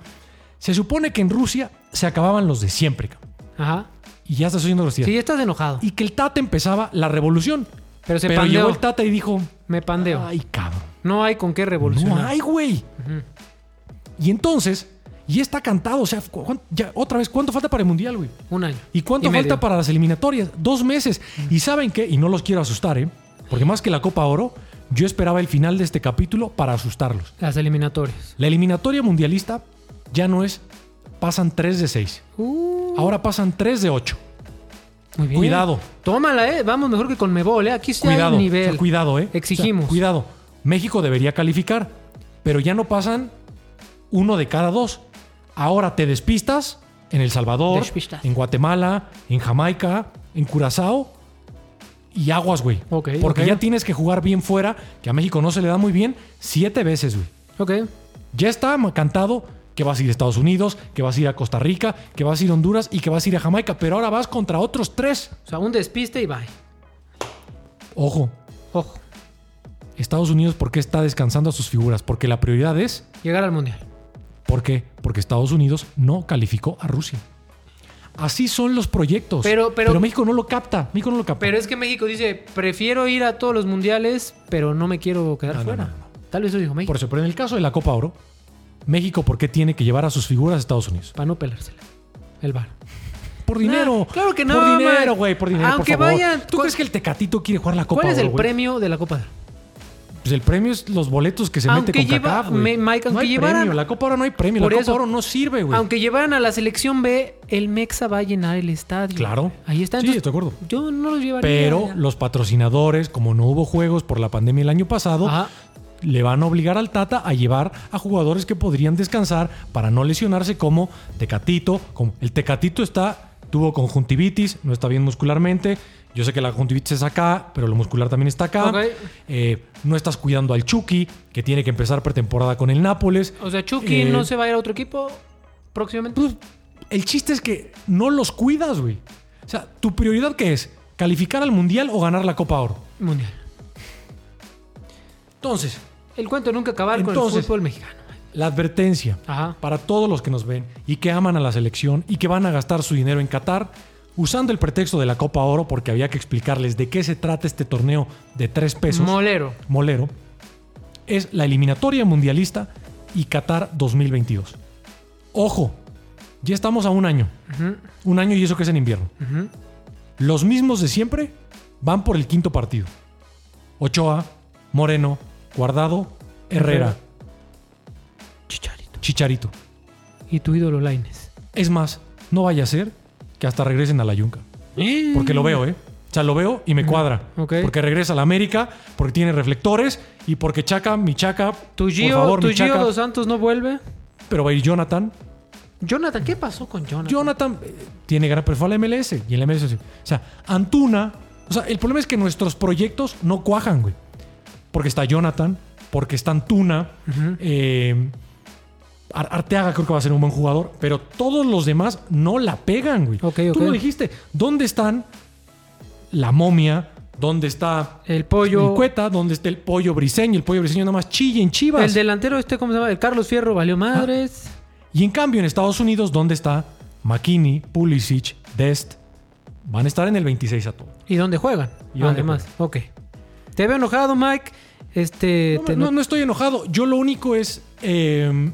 Speaker 1: se supone que en Rusia se acababan los de siempre. cabrón.
Speaker 3: Ajá.
Speaker 1: Y ya estás oyendo los
Speaker 3: Sí, ya estás enojado.
Speaker 1: Y que el Tata empezaba la revolución.
Speaker 3: Pero se
Speaker 1: Pero
Speaker 3: pandeó.
Speaker 1: llegó el Tata y dijo,
Speaker 3: Me pandeo.
Speaker 1: ay cabrón,
Speaker 3: no hay con qué revolucionar.
Speaker 1: no hay güey. Y entonces, y está cantado, o sea, cu- cuán- ya, otra vez, ¿cuánto falta para el Mundial, güey?
Speaker 3: Un año.
Speaker 1: ¿Y cuánto
Speaker 3: medio.
Speaker 1: falta para las eliminatorias? Dos meses. ¿Y saben qué? Y no los quiero asustar, ¿eh? Porque más que la Copa Oro, yo esperaba el final de este capítulo para asustarlos.
Speaker 3: Las eliminatorias.
Speaker 1: La eliminatoria mundialista ya no es pasan 3 de 6.
Speaker 3: Uh,
Speaker 1: Ahora pasan 3 de 8.
Speaker 3: muy bien.
Speaker 1: Cuidado.
Speaker 3: Tómala, eh. Vamos mejor que con Mebol, eh. Aquí está
Speaker 1: Cuidado.
Speaker 3: el
Speaker 1: o
Speaker 3: nivel.
Speaker 1: sea, cuidado, ¿eh?
Speaker 3: Exigimos.
Speaker 1: O sea, cuidado. México debería calificar, pero ya no pasan uno de cada dos. Ahora te despistas en El Salvador,
Speaker 3: Despistas.
Speaker 1: en Guatemala, en Jamaica, en Curazao y aguas, güey.
Speaker 3: Ok,
Speaker 1: Porque
Speaker 3: ok.
Speaker 1: ya tienes que jugar bien fuera, que a México no se le da muy bien, siete veces, güey.
Speaker 3: Ok.
Speaker 1: Ya está ma- cantado que vas a ir a Estados Unidos, que vas a ir a Costa Rica, que vas a ir a Honduras y que vas a ir a Jamaica, pero ahora vas contra otros tres.
Speaker 3: O sea, un despiste y bye.
Speaker 1: Ojo,
Speaker 3: Ojo.
Speaker 1: Estados Unidos, ¿por qué está descansando a sus figuras? Porque la prioridad es,
Speaker 3: Llegar al mundial.
Speaker 1: ¿por qué? Porque Estados Unidos no calificó a Rusia. Así son los proyectos.
Speaker 3: Pero- pero-
Speaker 1: México no lo capta. México no lo capta.
Speaker 3: Pero es que México dice, prefiero ir a todos los mundiales, pero no me quiero quedar
Speaker 1: No, no,
Speaker 3: fuera.
Speaker 1: no, no,
Speaker 3: Tal vez eso dijo México.
Speaker 1: Por eso, pero en el caso de la Copa Oro, México, ¿por qué tiene que llevar a sus figuras a Estados Unidos?
Speaker 3: Para no pelársela. El bar.
Speaker 1: Por dinero.
Speaker 3: Nah, claro que no,
Speaker 1: Por dinero,
Speaker 3: man.
Speaker 1: güey, por dinero. por
Speaker 3: Aunque
Speaker 1: favor.
Speaker 3: vayan-
Speaker 1: ¿Tú
Speaker 3: ¿cuál-
Speaker 1: crees que el Tecatito quiere jugar la Copa
Speaker 3: ¿Cuál es
Speaker 1: Oro,
Speaker 3: el
Speaker 1: güey?
Speaker 3: premio de la Copa de Oro?
Speaker 1: Pues el premio es los boletos que se
Speaker 3: Aunque
Speaker 1: mete con
Speaker 3: lleva-
Speaker 1: CACAF, güey.
Speaker 3: me- Mike,
Speaker 1: no
Speaker 3: aunque
Speaker 1: hay
Speaker 3: llevaran-
Speaker 1: premio. La Copa Oro no hay premio.
Speaker 3: Por
Speaker 1: la
Speaker 3: eso.
Speaker 1: Copa Oro no sirve, güey.
Speaker 3: Aunque llevaran a la selección B, el Mexa va a llenar el estadio.
Speaker 1: Claro.
Speaker 3: Ahí está.
Speaker 1: Sí,
Speaker 3: entonces,
Speaker 1: estoy de acuerdo.
Speaker 3: Yo no los llevaría.
Speaker 1: Pero los patrocinadores, como no hubo juegos por la pandemia el año pasado,
Speaker 3: Ajá.
Speaker 1: le van a obligar al Tata a llevar a jugadores que podrían descansar para no lesionarse como Tecatito. Como el Tecatito está, tuvo conjuntivitis, no está bien muscularmente. Yo sé que la conjuntivitis es acá, pero lo muscular también está acá.
Speaker 3: Ok.
Speaker 1: Eh, no estás cuidando al Chucky, que tiene que empezar pretemporada con el Nápoles.
Speaker 3: O sea, Chucky
Speaker 1: Eh, pues,
Speaker 3: no se va a ir a otro equipo próximamente.
Speaker 1: El chiste es que no los cuidas, güey. O sea, ¿tu prioridad qué es? ¿Calificar al Mundial o ganar la Copa Oro?
Speaker 3: mundial.
Speaker 1: Entonces,
Speaker 3: El cuento de nunca acabar con el
Speaker 1: Entonces-
Speaker 3: fútbol mexicano.
Speaker 1: La advertencia
Speaker 3: Ajá.
Speaker 1: para todos los que nos ven y que aman a la selección y que van a gastar su dinero en Qatar, usando el pretexto de la Copa Oro, porque había que explicarles de qué se trata este torneo de tres pesos,
Speaker 3: Molero.
Speaker 1: molero, es la eliminatoria mundialista y Qatar 2022. Ojo, ya estamos a un año. Un año y eso que es en invierno. Los mismos de siempre van por el quinto partido. Ochoa, Moreno, Guardado, Herrera,
Speaker 3: Herrera. Chicharito.
Speaker 1: Chicharito.
Speaker 3: Y tu ídolo Laines.
Speaker 1: Es más, no vaya a ser que hasta regresen a la Yunca. Porque lo veo, ¿eh? O sea, lo veo y me cuadra.
Speaker 3: Ok.
Speaker 1: Porque regresa a la América, porque tiene reflectores y porque Chaca, mi Chaca,
Speaker 3: Tu Gio,
Speaker 1: por favor,
Speaker 3: tu
Speaker 1: mi
Speaker 3: Gio
Speaker 1: Chaca,
Speaker 3: dos Santos no vuelve.
Speaker 1: pero va a ir Jonathan.
Speaker 3: Jonathan, ¿qué pasó con Jonathan?
Speaker 1: Jonathan eh, tiene gran perfil al MLS y el MLS. sí. O sea, Antuna. O sea, el problema es que nuestros proyectos no cuajan, güey. Porque está Jonathan, porque está Antuna. eh, Ar- Arteaga creo que va a ser un buen jugador, pero todos los demás no la pegan, güey.
Speaker 3: Ok, ok.
Speaker 1: Tú lo dijiste. ¿Dónde están la momia? ¿Dónde está
Speaker 3: el pollo.
Speaker 1: el cueta? ¿Dónde está el pollo briseño? El pollo briseño nada más chilla en Chivas. Ah.
Speaker 3: El delantero este, ¿cómo se llama? El Carlos Fierro valió madres.
Speaker 1: Y en cambio, en Estados Unidos, ¿dónde está McKinney, Pulisic, Dest? Van a estar en el 26 a todo.
Speaker 3: ¿Y dónde juegan?
Speaker 1: ¿Y dónde
Speaker 3: Además. Ok. Te veo enojado, Mike. Este.
Speaker 1: No,
Speaker 3: te-
Speaker 1: no- no estoy enojado. Yo lo único es. eh,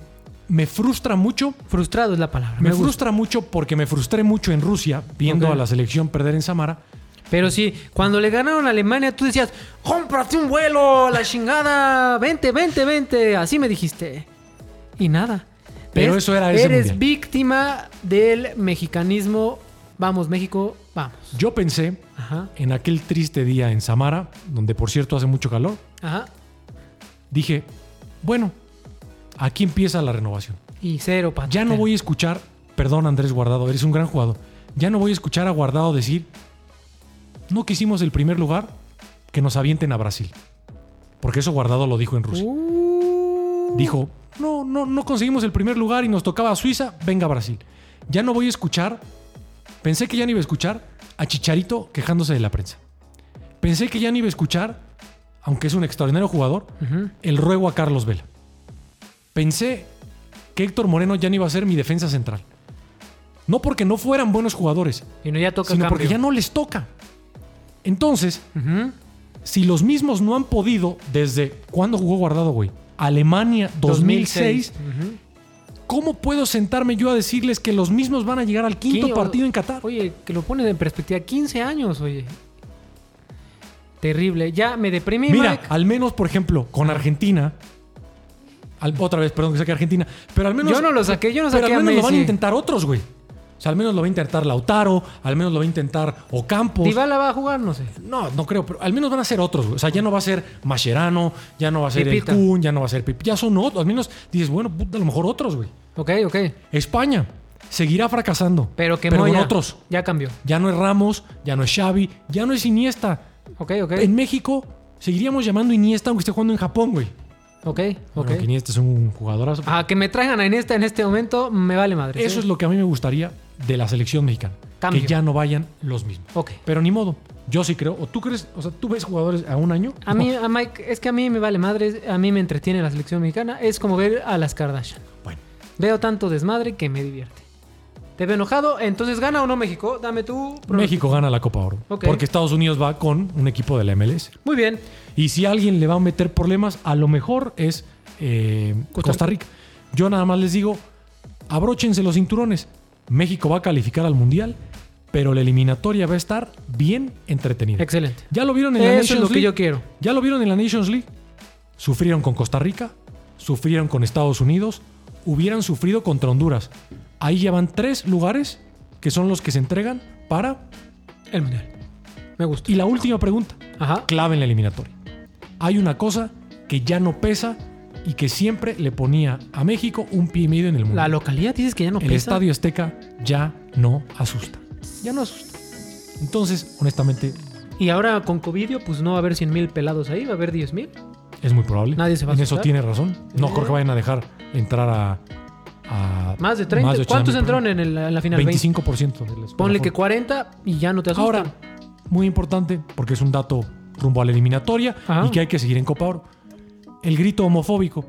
Speaker 1: me frustra mucho.
Speaker 3: Frustrado es la palabra.
Speaker 1: Me,
Speaker 3: Me, gusta.
Speaker 1: frustra mucho porque me frustré mucho en Rusia viendo
Speaker 3: Ok.
Speaker 1: a la selección perder en Samara.
Speaker 3: Pero sí, cuando le ganaron a Alemania, tú decías, cómprate un vuelo, la chingada, vente, vente, vente. Así me dijiste. Y nada.
Speaker 1: Pero
Speaker 3: ¿Ves?
Speaker 1: eso era ese
Speaker 3: Eres
Speaker 1: mundial.
Speaker 3: víctima del mexicanismo. Vamos, México, vamos.
Speaker 1: Yo pensé
Speaker 3: Ajá,
Speaker 1: en aquel triste día en Samara, donde por cierto hace mucho calor.
Speaker 3: ajá.
Speaker 1: Dije, bueno, aquí empieza la renovación.
Speaker 3: Y cero, pato.
Speaker 1: Ya no voy a escuchar, perdón Andrés Guardado, eres un gran jugador. Ya no voy a escuchar a Guardado decir, no quisimos el primer lugar, que nos avienten a Brasil. Porque eso Guardado lo dijo en Rusia.
Speaker 3: Uh,
Speaker 1: Dijo, no, no, no conseguimos el primer lugar y nos tocaba Suiza, venga Brasil. Ya no voy a escuchar, pensé que ya no iba a escuchar a Chicharito quejándose de la prensa. Pensé que ya no iba a escuchar, aunque es un extraordinario jugador,
Speaker 3: ujú.
Speaker 1: el ruego a Carlos Vela. Pensé que Héctor Moreno ya no iba a ser mi defensa central. No porque no fueran buenos jugadores,
Speaker 3: Y no ya toca
Speaker 1: sino
Speaker 3: cambio.
Speaker 1: porque ya no les toca. Entonces,
Speaker 3: Ujú.
Speaker 1: si los mismos no han podido desde cuándo jugó guardado, güey, Alemania 2006,
Speaker 3: Ujú.
Speaker 1: ¿cómo puedo sentarme yo a decirles que los mismos van a llegar al quinto
Speaker 3: Quinto-
Speaker 1: partido en Qatar?
Speaker 3: Oye, que lo ponen en perspectiva, 15 años, oye. Terrible. Ya me deprimí,
Speaker 1: Mira,
Speaker 3: Mike.
Speaker 1: al menos, por ejemplo, con Argentina. al- otra vez, perdón que saque Argentina. Pero al menos.
Speaker 3: Yo no lo saqué, yo no
Speaker 1: pero
Speaker 3: saqué a
Speaker 1: al menos lo van a
Speaker 3: Messi.
Speaker 1: intentar otros, güey. O sea, al menos lo va a intentar Lautaro, al menos lo va a intentar Ocampos.
Speaker 3: Dybala va a jugar, no sé.
Speaker 1: No, no creo, pero al menos van a ser otros. güey. O sea, ya no va a ser Mascherano, ya no va a ser
Speaker 3: Pipita.
Speaker 1: el Kun, ya no va a ser Pip. Ya son otros. Al menos dices, bueno, puta, a lo mejor otros, güey.
Speaker 3: Ok, ok.
Speaker 1: España seguirá fracasando.
Speaker 3: Pero que
Speaker 1: con
Speaker 3: ya.
Speaker 1: otros.
Speaker 3: Ya cambió.
Speaker 1: Ya no es Ramos, ya no es Xavi, ya no es Iniesta.
Speaker 3: Ok, ok.
Speaker 1: En México seguiríamos llamando Iniesta aunque esté jugando en Japón, güey.
Speaker 3: Ok, ok. Ah,
Speaker 1: Bueno, que Iniesta es un jugadorazo.
Speaker 3: A que me traigan a Iniesta en este momento, me vale madre.
Speaker 1: Eso es lo que a mí me gustaría de la selección mexicana.
Speaker 3: pues Cambio.
Speaker 1: Que ya no vayan los mismos.
Speaker 3: Ok.
Speaker 1: Pero ni modo. Yo sí creo. O tú crees, o sea, tú ves jugadores a un año.
Speaker 3: A mí, a Mike, es que a mí me vale madre, a mí me entretiene la selección mexicana. Es como ver a las Kardashian.
Speaker 1: Bueno.
Speaker 3: Veo tanto desmadre que me divierte. Te veo enojado, entonces gana o no México. Dame tú.
Speaker 1: México gana la Copa Oro.
Speaker 3: Ok.
Speaker 1: Porque Estados Unidos va con un equipo de la MLS.
Speaker 3: Muy bien.
Speaker 1: Y si alguien le va a meter problemas, a lo mejor es eh,
Speaker 3: Costa-
Speaker 1: Costa, Rica. Yo nada más les digo, abróchense los cinturones. México va a calificar al Mundial, pero la eliminatoria va a estar bien entretenida.
Speaker 3: Excelente.
Speaker 1: Ya lo vieron en la
Speaker 3: Eso es
Speaker 1: Nations
Speaker 3: lo que
Speaker 1: League.
Speaker 3: yo quiero.
Speaker 1: Ya lo vieron en la Nations League. Sufrieron con Costa Rica, sufrieron con Estados Unidos, hubieran sufrido contra Honduras. Ahí ya van tres lugares que son los que se entregan para...
Speaker 3: El mundial. Me gusta.
Speaker 1: Y la última pregunta
Speaker 3: Ajá.
Speaker 1: clave en la eliminatoria. Hay una cosa que ya no pesa y que siempre le ponía a México un pie y medio en el mundo.
Speaker 3: La localidad dices que ya no
Speaker 1: el
Speaker 3: pesa.
Speaker 1: Estadio Azteca ya no asusta. Ya no asusta. Entonces, honestamente,
Speaker 3: Y ahora con Covidio, pues no va a haber 100 mil pelados ahí, va a haber 10 mil.
Speaker 1: es muy probable.
Speaker 3: Nadie se va a
Speaker 1: En eso
Speaker 3: asustar.
Speaker 1: tiene razón. No
Speaker 3: Eh.
Speaker 1: creo que vayan a dejar entrar a... a
Speaker 3: Más de 30.
Speaker 1: 80
Speaker 3: ¿Cuántos
Speaker 1: mil
Speaker 3: entraron
Speaker 1: personas.
Speaker 3: en, el- en la final?
Speaker 1: 25% de las-
Speaker 3: Ponle
Speaker 1: plataformas.
Speaker 3: que 40 y ya no te asustan.
Speaker 1: Ahora, muy importante, porque es un dato rumbo a la eliminatoria
Speaker 3: Ajá.
Speaker 1: y que hay que seguir en Copa Oro. El grito homofóbico,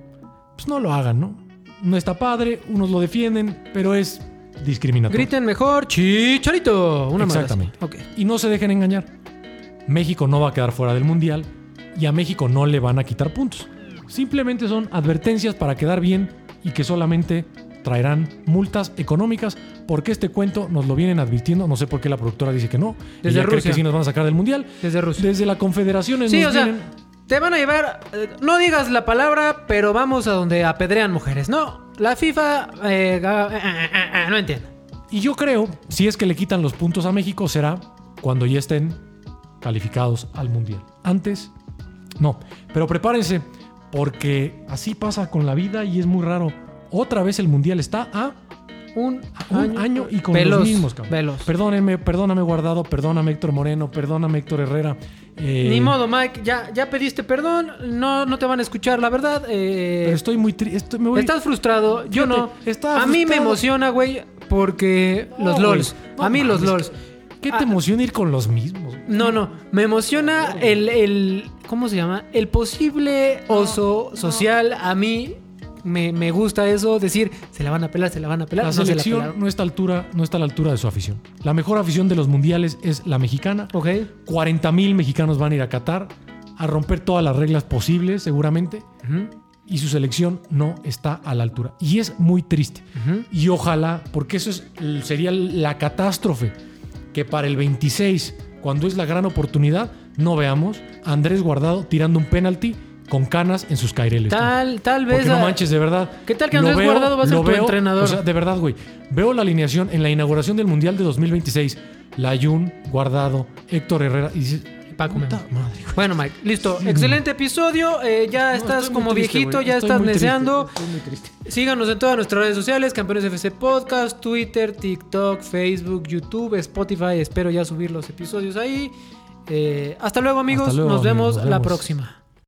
Speaker 1: pues no lo hagan, ¿no? No está padre, unos lo defienden, pero es discriminatorio.
Speaker 3: griten mejor, chicharito. Una madre así.
Speaker 1: Exactamente.
Speaker 3: Ok.
Speaker 1: Y no se dejen engañar. México no va a quedar fuera del Mundial y a México no le van a quitar puntos. Simplemente son advertencias para quedar bien y que solamente traerán multas económicas porque este cuento nos lo vienen advirtiendo. No sé por qué la productora dice que no.
Speaker 3: Desde
Speaker 1: Ella cree
Speaker 3: Rusia.
Speaker 1: que sí nos van a sacar del Mundial.
Speaker 3: Desde Rusia.
Speaker 1: Desde la Confederación nos
Speaker 3: Sí, o sea,
Speaker 1: vienen-
Speaker 3: te van a llevar. eh, No digas la palabra, pero vamos a donde apedrean mujeres. No, la FIFA. eh, ga- eh, eh, eh, eh, no entiendo.
Speaker 1: Y yo creo, si es que le quitan los puntos a México, será cuando ya estén calificados al Mundial. Antes, no. Pero prepárense, porque así pasa con la vida y es muy raro. Otra vez el Mundial está a
Speaker 3: Un,
Speaker 1: un año, y con
Speaker 3: Veloz,
Speaker 1: los mismos, cabrón.
Speaker 3: veloz.
Speaker 1: Perdónenme, perdóname Guardado, perdóname Héctor Moreno, perdóname Héctor Herrera. Eh,
Speaker 3: Ni modo, Mike. Ya, ya pediste perdón. No, no te van a escuchar, la verdad. eh,
Speaker 1: Pero estoy muy triste.
Speaker 3: Estás frustrado, yo
Speaker 1: Fíjate,
Speaker 3: no.
Speaker 1: estaba
Speaker 3: a mí me
Speaker 1: frustrado.
Speaker 3: emociona, güey, porque los
Speaker 1: No, güey,
Speaker 3: LOLs.
Speaker 1: no
Speaker 3: a mí los
Speaker 1: mames,
Speaker 3: LOLs.
Speaker 1: ¿Qué
Speaker 3: Ah.
Speaker 1: te emociona ir con los mismos?
Speaker 3: No, no. Me emociona el, el- ¿Cómo se llama? El posible oso social. A mí me, me gusta eso. Decir, se la van a pelar, se la van a pelar.
Speaker 1: La
Speaker 3: no se
Speaker 1: selección
Speaker 3: pelaron.
Speaker 1: no está a altura, no está a la altura de su afición. La mejor afición de los mundiales es la mexicana.
Speaker 3: Ok.
Speaker 1: 40 mil mexicanos van a ir a Qatar a romper todas las reglas posibles, seguramente, y su selección no está a la altura. Y es muy triste.
Speaker 3: Ujú.
Speaker 1: Y ojalá, porque eso es, sería la catástrofe, que para el 26, cuando es la gran oportunidad, no veamos a Andrés Guardado tirando un penalti con canas en sus caireles.
Speaker 3: Tal, tal vez.
Speaker 1: Porque no
Speaker 3: a-
Speaker 1: manches, de verdad.
Speaker 3: ¿Qué tal que
Speaker 1: Lo
Speaker 3: Andrés Guardado va a ser
Speaker 1: lo
Speaker 3: tu entrenador?
Speaker 1: O sea, de verdad, güey. Veo la alineación en la inauguración del Mundial de 2026. Layun, Guardado, Héctor Herrera. Y dices,
Speaker 3: Paco
Speaker 1: puta
Speaker 3: Memo.
Speaker 1: madre, güey.
Speaker 3: Bueno, Mike, listo. Excelente episodio. eh, ya
Speaker 1: No,
Speaker 3: estás
Speaker 1: estoy muy
Speaker 3: como
Speaker 1: triste,
Speaker 3: viejito,
Speaker 1: güey.
Speaker 3: ya
Speaker 1: Estoy
Speaker 3: estás
Speaker 1: muy triste,
Speaker 3: deseando.
Speaker 1: estoy muy triste.
Speaker 3: Síganos en todas nuestras redes sociales, Campeones FC Podcast, Twitter, TikTok, Facebook, YouTube, Spotify. Espero ya subir los episodios ahí. Eh, hasta luego amigos,
Speaker 1: Hasta luego,
Speaker 3: nos
Speaker 1: amigos,
Speaker 3: vemos
Speaker 1: nos
Speaker 3: la
Speaker 1: vemos.
Speaker 3: próxima.